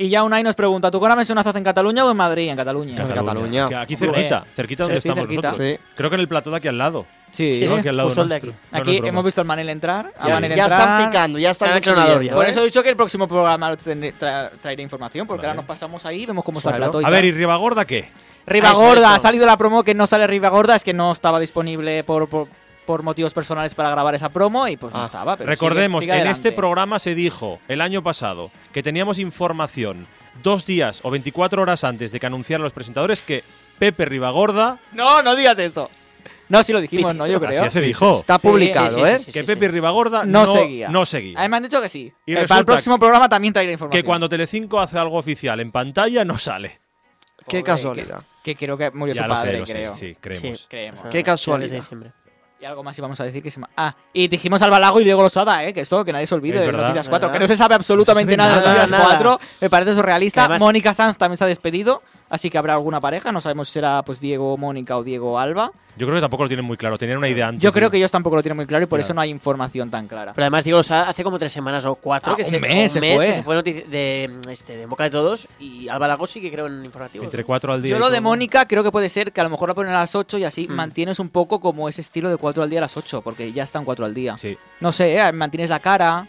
Speaker 5: Y ya Unai nos pregunta: ¿Tú cara me suena en Cataluña o en Madrid? En Cataluña.
Speaker 4: Claro.
Speaker 2: Cataluña.
Speaker 4: Cataluña.
Speaker 2: Que Aquí
Speaker 5: Joder.
Speaker 2: cerquita, cerquita donde
Speaker 5: Sí, sí,
Speaker 2: estamos
Speaker 5: cerquita.
Speaker 2: nosotros.
Speaker 4: Sí.
Speaker 2: Creo que en el plató de aquí al lado.
Speaker 5: Sí.
Speaker 3: Sí,
Speaker 2: ¿no? Aquí al lado
Speaker 3: justo el de
Speaker 2: nuestro.
Speaker 3: aquí.
Speaker 2: No, no,
Speaker 5: Aquí
Speaker 2: es broma.
Speaker 5: hemos visto a Manel entrar. A
Speaker 4: Ya,
Speaker 5: Manel
Speaker 4: ya
Speaker 5: entrar.
Speaker 4: están picando, ya están
Speaker 3: Han hecho una
Speaker 4: exhibiendo.
Speaker 3: novia.
Speaker 5: Por
Speaker 4: ¿eh?
Speaker 5: eso he dicho que el próximo programa lo tendré- tra- traeré información, porque
Speaker 2: Vale.
Speaker 5: ahora nos pasamos ahí y vemos cómo está
Speaker 4: Claro.
Speaker 5: el plato. y
Speaker 2: A ver,
Speaker 5: tal.
Speaker 2: ¿y Ribagorda qué?
Speaker 5: Ribagorda,
Speaker 3: Eso, eso.
Speaker 5: ha salido la promo que no sale Ribagorda, es que no estaba disponible por, por, por motivos personales para grabar esa promo y pues no
Speaker 4: Ah.
Speaker 5: estaba. pero
Speaker 2: Recordemos,
Speaker 5: sigue- sigue
Speaker 2: en
Speaker 5: adelante.
Speaker 2: este programa se dijo el año pasado que teníamos información dos días o 24 horas antes de que anunciaran los presentadores que Pepe Ribagorda,
Speaker 5: No, no digas eso. No, Ah, sí lo dijimos, ¿no? Yo creo.
Speaker 2: así se dijo,
Speaker 4: Está
Speaker 5: Sí,
Speaker 4: publicado,
Speaker 5: sí, sí,
Speaker 4: ¿eh?
Speaker 5: sí, sí,
Speaker 2: que
Speaker 5: sí.
Speaker 2: Pepe Ribagorda
Speaker 5: No, seguía.
Speaker 2: no seguía.
Speaker 5: Además, han dicho que sí.
Speaker 2: Y
Speaker 5: Eh, para
Speaker 2: resulta
Speaker 5: el próximo programa también traeré información.
Speaker 2: que cuando Telecinco hace algo oficial en pantalla no sale.
Speaker 4: Qué
Speaker 5: Pobre,
Speaker 4: casualidad.
Speaker 5: Que, que creo que murió
Speaker 2: ya
Speaker 5: su
Speaker 2: lo sé,
Speaker 5: padre,
Speaker 2: lo sé,
Speaker 5: creo.
Speaker 2: sí, sí, creemos.
Speaker 5: Creemos.
Speaker 4: Qué casualidad.
Speaker 3: de diciembre.
Speaker 5: Y algo más íbamos a decir que se me- Ah, y dijimos al Balago y Diego Losada, ¿eh? Que esto, que nadie se olvide
Speaker 2: Es
Speaker 5: de
Speaker 2: verdad,
Speaker 5: Noticias
Speaker 3: es
Speaker 5: 4, que
Speaker 3: verdad.
Speaker 5: no se sabe absolutamente
Speaker 2: No se
Speaker 5: nada,
Speaker 2: sabe
Speaker 5: de
Speaker 3: nada,
Speaker 5: Noticias
Speaker 3: nada.
Speaker 5: 4. Me parece surrealista.
Speaker 3: Que además-
Speaker 5: Mónica Sanz también se ha despedido, así que habrá alguna pareja. No sabemos si será pues Diego Mónica o Diego Alba.
Speaker 2: Yo creo que tampoco lo tienen muy claro, tenían una idea antes.
Speaker 5: Yo creo
Speaker 2: de-
Speaker 5: que ellos tampoco lo tienen muy claro y por
Speaker 2: Claro.
Speaker 5: eso no hay información tan clara.
Speaker 3: Pero además, digo, o sea, hace como tres semanas o cuatro
Speaker 5: Ah,
Speaker 3: que
Speaker 5: un
Speaker 3: se,
Speaker 5: mes se fue.
Speaker 3: que se fue notici- de, este, de Boca de Todos y Alba Lago sí que creo en informativo.
Speaker 2: entre 4 al 10.
Speaker 5: Yo lo de Mónica creo que puede ser que a lo mejor la ponen a las 8 y así
Speaker 2: Hmm.
Speaker 5: mantienes un poco como ese estilo de 4 al día a las 8, porque ya están 4 al día.
Speaker 2: Sí,
Speaker 5: No sé, ¿eh? mantienes la cara.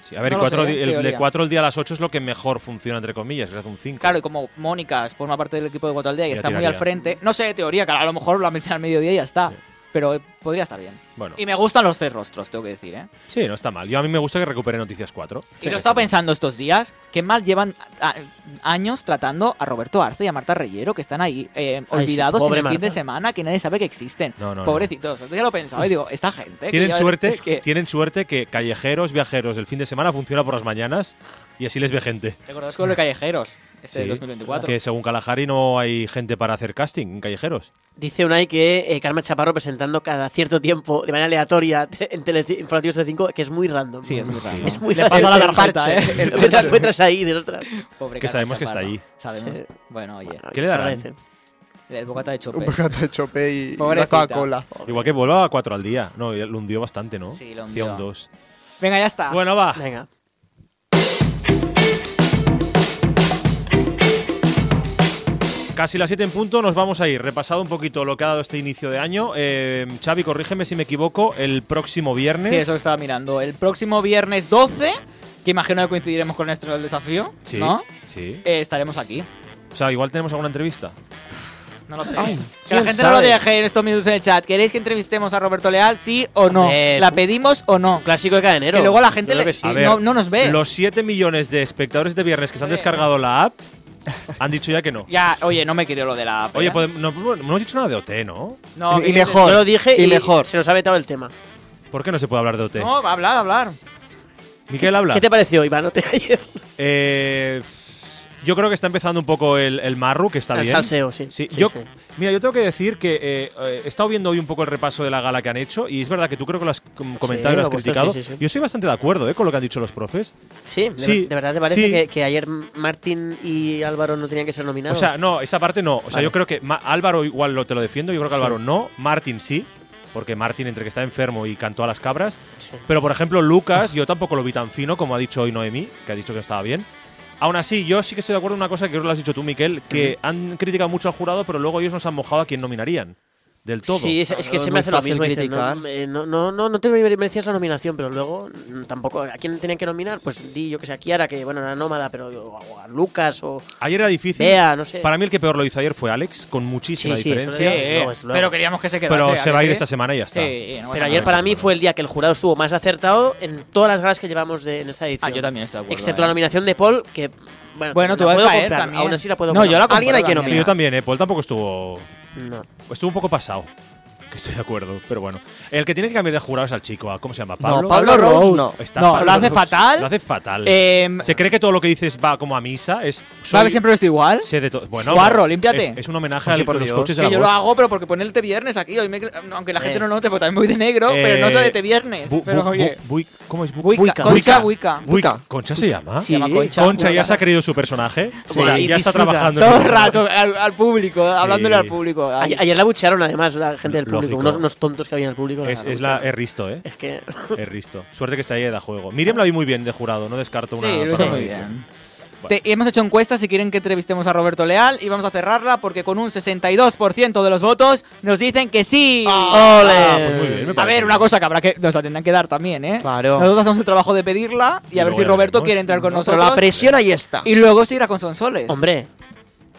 Speaker 2: sí. A ver,
Speaker 5: No
Speaker 2: el,
Speaker 5: lo
Speaker 2: cuatro
Speaker 5: sé,
Speaker 2: di-
Speaker 5: en
Speaker 2: el de
Speaker 5: teoría.
Speaker 2: 4 al día a las 8 es lo que mejor funciona, entre comillas, que es un 5.
Speaker 5: Claro, y como Mónica forma parte del equipo de Cuatro al Día y
Speaker 2: Ya
Speaker 5: está muy
Speaker 2: tiraría.
Speaker 5: al frente, no sé de teoría, que a lo mejor la meten al mediodía y ya está. Pero eh, podría estar bien.
Speaker 2: Bueno,
Speaker 5: Y me gustan los tres rostros, tengo que decir, ¿eh?
Speaker 2: sí, no está mal. Yo a mí me gusta que recupere Noticias 4.
Speaker 5: y lo he estado pensando estos días, que mal llevan a- años tratando a Roberto Arce y a Marta Reyero, que están ahí eh,
Speaker 3: sí,
Speaker 5: olvidados en
Speaker 3: pobre
Speaker 5: el fin
Speaker 3: Marta.
Speaker 5: de semana, que nadie sabe que existen.
Speaker 2: No, no, no.
Speaker 5: Pobrecitos, entonces ya lo he pensado y digo, esta gente... Eh, que
Speaker 2: Tienen
Speaker 5: lleva-
Speaker 2: suerte,
Speaker 5: es que-
Speaker 2: tienen suerte que callejeros, viajeros, el fin de semana funciona por las mañanas y así les ve gente.
Speaker 5: Recordad con los callejeros, este de
Speaker 2: Sí.
Speaker 5: 2024.
Speaker 2: Que según Kalahari no hay gente para hacer casting en callejeros.
Speaker 3: Dice Unai que eh, Carmen Chaparro presentando cada cierto tiempo, de manera aleatoria, te- en Tele Informativos Telecinco, que es muy random.
Speaker 5: Sí, es muy raro.
Speaker 3: Es muy
Speaker 5: Le
Speaker 3: raro.
Speaker 5: pasa la
Speaker 3: El
Speaker 5: tarjeta, ¿eh?
Speaker 3: parche.
Speaker 5: El
Speaker 3: Te las
Speaker 5: parche.
Speaker 3: encuentras ahí, de ostras.
Speaker 5: Pobre
Speaker 2: Que
Speaker 5: Carmen
Speaker 2: sabemos que está
Speaker 5: Chaparro.
Speaker 2: ahí.
Speaker 5: Sabemos.
Speaker 3: Sí.
Speaker 5: Bueno, oye,
Speaker 2: ¿Qué le
Speaker 3: Se
Speaker 2: darán?
Speaker 3: agradece.
Speaker 5: el bocata de chope.
Speaker 4: Un bocata de chope y
Speaker 5: Pobrecita.
Speaker 4: una Coca-Cola.
Speaker 2: Igual que volaba a 4 al día. No, lo hundió bastante, ¿no?
Speaker 5: Sí,
Speaker 2: Hacía
Speaker 5: lo hundió. Ah,
Speaker 2: un 2.
Speaker 5: Venga, ya está.
Speaker 2: Bueno, va.
Speaker 3: Venga.
Speaker 2: Casi las 7 en punto, nos vamos a ir. Repasado un poquito lo que ha dado este inicio de año. Eh, Xavi, corrígeme si me equivoco, el próximo viernes.
Speaker 5: Sí, eso estaba mirando. El próximo viernes 12, que imagino que coincidiremos con nuestro desafío,
Speaker 2: Sí,
Speaker 5: ¿no?
Speaker 2: sí.
Speaker 5: Eh, estaremos aquí.
Speaker 2: O sea, igual tenemos alguna entrevista.
Speaker 5: No lo sé.
Speaker 4: Ay,
Speaker 5: que la
Speaker 4: ¿quién
Speaker 5: gente no lo
Speaker 4: sabe?
Speaker 5: deje en estos minutos en el chat. ¿Queréis que entrevistemos a Roberto Leal? ¿Sí o no?
Speaker 3: Hombre, es
Speaker 5: ¿La
Speaker 3: un-
Speaker 5: pedimos o no?
Speaker 3: Clásico de cadenero.
Speaker 5: Que luego la gente
Speaker 3: Yo creo
Speaker 5: le-
Speaker 3: que sí.
Speaker 5: A ver. No- no nos ve.
Speaker 2: Los 7 millones de espectadores de viernes que se han descargado la app han dicho ya que no.
Speaker 5: Ya, oye, no me quiero lo de la.
Speaker 2: Oye,
Speaker 5: pera.
Speaker 2: podem- no, no hemos dicho nada de OT, ¿no?
Speaker 5: No,
Speaker 4: Y
Speaker 5: que-
Speaker 4: mejor.
Speaker 3: Yo lo dije
Speaker 4: Y
Speaker 3: y,
Speaker 4: mejor.
Speaker 3: se nos ha vetado el tema.
Speaker 2: ¿Por qué no se puede hablar de OT?
Speaker 5: No, va a hablar, va a hablar.
Speaker 2: Miquel habla.
Speaker 3: ¿Qué te pareció, Iván? ¿No te ayer?
Speaker 2: Eh, yo creo que está empezando un poco el, el marru, que está
Speaker 3: El
Speaker 2: bien.
Speaker 3: salseo, sí.
Speaker 2: Sí,
Speaker 3: Sí,
Speaker 2: yo,
Speaker 3: sí.
Speaker 2: Mira, yo tengo que decir que eh, eh, he estado viendo hoy un poco el repaso de la gala que han hecho y es verdad que tú creo que lo has com- comentado y lo has
Speaker 3: lo he puesto,
Speaker 2: criticado.
Speaker 3: sí, sí, sí.
Speaker 2: Yo estoy bastante de acuerdo eh, con lo que han dicho los profes.
Speaker 3: Sí, de,
Speaker 2: Sí,
Speaker 3: de verdad te parece
Speaker 2: sí.
Speaker 3: que, que ayer Martín y Álvaro no tenían que ser nominados.
Speaker 2: O sea, no, esa parte no. O sea,
Speaker 3: Vale.
Speaker 2: yo creo que Ma- Álvaro igual lo te lo defiendo, yo creo que
Speaker 3: Sí.
Speaker 2: Álvaro no, Martín sí, porque Martín entre que está enfermo y cantó a las cabras.
Speaker 3: Sí.
Speaker 2: Pero por ejemplo, Lucas, yo tampoco lo vi tan fino como ha dicho hoy Noemí, que ha dicho que no estaba bien. Aún así, yo sí que estoy de acuerdo en una cosa que creo que lo has dicho tú, Miquel, que han criticado mucho al jurado, pero luego ellos nos han mojado a quién nominarían. Del todo.
Speaker 3: Sí, es, es
Speaker 4: Claro,
Speaker 3: que se
Speaker 4: es
Speaker 3: me
Speaker 4: muy
Speaker 3: hace lo
Speaker 4: fácil
Speaker 3: mismo. dicen,
Speaker 4: criticar.
Speaker 3: no, eh, no, no, no, no te merecías la nominación, pero luego mm, tampoco. ¿A quién tenían que nominar? Pues di, yo que sé, a Kiara, que bueno, era nómada, pero o a- o a Lucas o.
Speaker 2: Ayer era difícil.
Speaker 3: Bea, no sé.
Speaker 2: Para mí el que peor lo hizo ayer fue Alex, con muchísima
Speaker 3: Sí, sí, eso
Speaker 2: diferencia.
Speaker 3: es luego, es luego.
Speaker 5: Pero queríamos que se quedase.
Speaker 2: pero se va a ir
Speaker 5: ¿eh?
Speaker 2: esta semana y ya está.
Speaker 5: Sí, no pasa
Speaker 3: Pero
Speaker 5: nada.
Speaker 3: ayer para mí fue el día que el jurado estuvo más acertado en todas las galas que llevamos de, en esta
Speaker 5: Ah,
Speaker 3: edición.
Speaker 5: yo también estoy de acuerdo.
Speaker 3: Excepto
Speaker 5: eh.
Speaker 3: la nominación de Paul, que. Bueno,
Speaker 5: Bueno,
Speaker 3: la
Speaker 5: tú vas
Speaker 3: puedo
Speaker 5: a caer
Speaker 3: comprar,
Speaker 5: también.
Speaker 3: Aún así la puedo
Speaker 5: No, yo la compro
Speaker 4: Alguien hay que
Speaker 5: también.
Speaker 2: Sí,
Speaker 4: nominar.
Speaker 2: yo también, eh. Paul tampoco estuvo.
Speaker 3: No.
Speaker 2: Pues Estuvo un poco pasado. Que estoy de acuerdo, pero bueno. El que tiene que cambiar de jurado es al chico, ¿a ¿cómo se llama? Pablo.
Speaker 4: No, Pablo
Speaker 5: Pablo
Speaker 4: Rose
Speaker 5: Rose.
Speaker 4: no.
Speaker 2: Está
Speaker 5: No,
Speaker 2: fatal.
Speaker 5: lo hace fatal.
Speaker 2: Lo hace fatal.
Speaker 5: Em,
Speaker 2: se cree que todo lo que dices va como a misa. Es, soy-
Speaker 5: ¿Sabes siempre estoy igual?
Speaker 2: sé de to- bueno,
Speaker 5: Guarro,
Speaker 2: no,
Speaker 5: límpiate.
Speaker 2: Es, es un homenaje
Speaker 4: Oye,
Speaker 2: al-
Speaker 4: por
Speaker 2: a los
Speaker 4: Dios.
Speaker 2: coches de
Speaker 5: que
Speaker 2: la
Speaker 5: yo lo
Speaker 2: voz.
Speaker 5: hago, pero porque ponerte viernes aquí. Hoy me- aunque la gente
Speaker 3: Eh.
Speaker 5: no lo note, porque también voy de negro,
Speaker 2: Eh,
Speaker 5: pero no es la de te viernes.
Speaker 2: Bu-
Speaker 5: pero
Speaker 2: bu-
Speaker 5: oye.
Speaker 2: bu- bui- ¿Cómo es? Bu-
Speaker 5: Wicca, Concha Wicca.
Speaker 4: Buica.
Speaker 2: ¿Concha se llama?
Speaker 5: Se llama Concha.
Speaker 2: Concha ya se ha creído su personaje.
Speaker 4: Sí,
Speaker 2: O sea,
Speaker 4: y
Speaker 2: ya está
Speaker 4: disfruta.
Speaker 2: trabajando. en
Speaker 5: Todo
Speaker 2: su-
Speaker 5: el rato al, al público, hablándole al público. Ay,
Speaker 3: Ayer, ayer la buchearon además la gente del público,
Speaker 2: Lógico.
Speaker 3: unos, unos tontos que había en el público.
Speaker 2: Es,
Speaker 3: la
Speaker 2: es la,
Speaker 3: buchearon.
Speaker 2: es Risto, ¿eh?
Speaker 3: Es que.
Speaker 2: Es Risto. Suerte que está ahí de juego. Miriam la vi muy bien de jurado, no descarto una.
Speaker 5: sí, lo hizo
Speaker 2: para-
Speaker 5: muy bien. Te- hemos hecho encuestas si quieren que entrevistemos a Roberto Leal y vamos a cerrarla porque con un 62% de los votos nos dicen que sí.
Speaker 2: Ah, pues muy bien, me
Speaker 5: Eh, A
Speaker 2: parece
Speaker 5: ver,
Speaker 2: bien.
Speaker 5: una cosa que habrá que nos la tendrán que dar también, ¿eh?
Speaker 4: Claro.
Speaker 5: Nosotros hacemos el trabajo de pedirla y
Speaker 2: Y
Speaker 5: a ver
Speaker 2: luego
Speaker 5: si
Speaker 2: ya
Speaker 5: Roberto
Speaker 2: veremos.
Speaker 5: quiere entrar con
Speaker 4: Pero la
Speaker 5: nosotros.
Speaker 4: presión ahí está.
Speaker 5: Y luego se irá con Sonsoles.
Speaker 3: Hombre.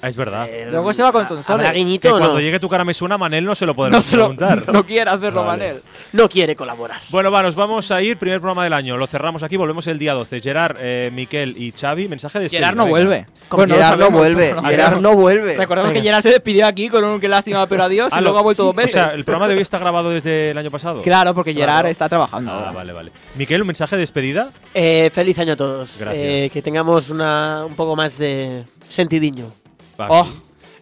Speaker 2: Ah, Es verdad.
Speaker 3: eh,
Speaker 5: Luego se va con Sonsoles.
Speaker 3: ¿Habrá
Speaker 2: Que
Speaker 3: guiñito o
Speaker 2: cuando
Speaker 3: no?
Speaker 2: llegue tu cara me suena, Manel no se lo podremos
Speaker 5: no se lo,
Speaker 2: preguntar.
Speaker 5: no quiere hacerlo,
Speaker 2: Vale.
Speaker 5: Manel.
Speaker 3: No quiere colaborar.
Speaker 2: Bueno, va, nos vamos a ir. Primer programa del año. Lo cerramos aquí. Volvemos el día 12. Gerard, eh, Miquel y Xavi. Mensaje de despedida,
Speaker 5: Gerard no
Speaker 2: venga.
Speaker 5: vuelve.
Speaker 4: Bueno, Gerard no
Speaker 5: sabemos,
Speaker 4: vuelve.
Speaker 5: pero no
Speaker 4: Gerard
Speaker 5: sabemos.
Speaker 4: no vuelve.
Speaker 5: Recordemos que Gerard se despidió aquí con un que lástima, pero adiós,
Speaker 2: Ah,
Speaker 5: y
Speaker 2: lo-
Speaker 5: luego ha vuelto dos
Speaker 2: O
Speaker 5: veces.
Speaker 2: sea, el programa de hoy está grabado desde el año pasado.
Speaker 5: claro, porque Gerard está trabajando.
Speaker 2: Ah, vale, vale. Miquel, un mensaje de despedida.
Speaker 3: Eh, feliz año a todos.
Speaker 2: Gracias.
Speaker 3: Eh, que tengamos una, un poco más de sentidiño.
Speaker 2: Va,
Speaker 5: Oh.
Speaker 2: sí.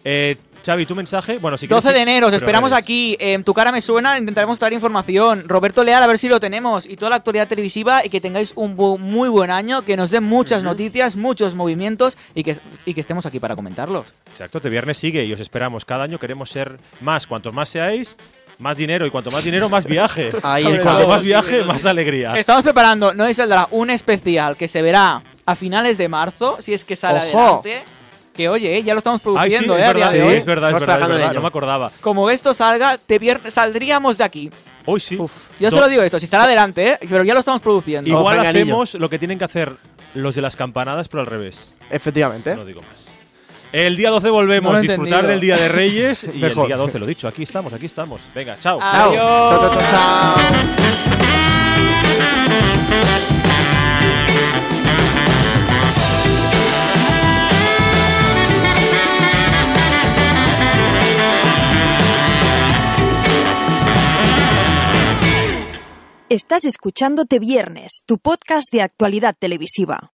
Speaker 2: Eh, Xavi, tu mensaje. Bueno, si quieres-
Speaker 5: 12 de enero, os
Speaker 2: Pero
Speaker 5: esperamos
Speaker 2: eres-
Speaker 5: aquí. eh, En tu cara me suena, intentaremos traer información. Roberto Leal, a ver si lo tenemos. Y toda la actualidad televisiva. Y que tengáis un bu- muy buen año. Que nos den muchas noticias, muchos movimientos. Y que, y que estemos aquí para comentarlos.
Speaker 2: Exacto, este viernes sigue y os esperamos. Cada año queremos ser más. Cuantos más seáis, más dinero. Y cuanto más dinero, más viaje.
Speaker 4: Ahí
Speaker 2: Sobre
Speaker 4: está.
Speaker 2: todo, Más viaje, más alegría.
Speaker 5: Estamos preparando, no es saldrá, un especial que se verá a finales de marzo. Si es que sale
Speaker 4: Ojo.
Speaker 5: adelante. Que oye, eh, ya lo estamos
Speaker 2: Ay, sí, es
Speaker 5: produciendo, eh, a día
Speaker 2: verdad,
Speaker 5: de
Speaker 2: sí,
Speaker 5: hoy.
Speaker 2: es verdad, es verdad,
Speaker 3: Estamos
Speaker 2: es
Speaker 3: trabajando en
Speaker 2: verdad,
Speaker 3: ello.
Speaker 2: No me acordaba.
Speaker 5: Como esto salga, te vier- saldríamos de aquí.
Speaker 2: Hoy sí.
Speaker 5: Yo
Speaker 2: Do-
Speaker 5: solo digo esto, si sale adelante, eh, pero ya lo estamos produciendo.
Speaker 2: Igual
Speaker 3: Fanganillo.
Speaker 2: hacemos lo que tienen que hacer los de las campanadas, pero al revés.
Speaker 4: Efectivamente.
Speaker 2: No digo más. El día 12 volvemos
Speaker 5: No lo
Speaker 2: a
Speaker 5: he
Speaker 2: disfrutar
Speaker 5: entendido.
Speaker 2: del Día de Reyes. y el
Speaker 4: Mejor.
Speaker 2: día 12, lo dicho, aquí estamos, aquí estamos. Venga, chao.
Speaker 5: Adiós.
Speaker 4: Chao, chao, chao, chao.
Speaker 1: Estás escuchándote viernes, tu podcast de actualidad televisiva.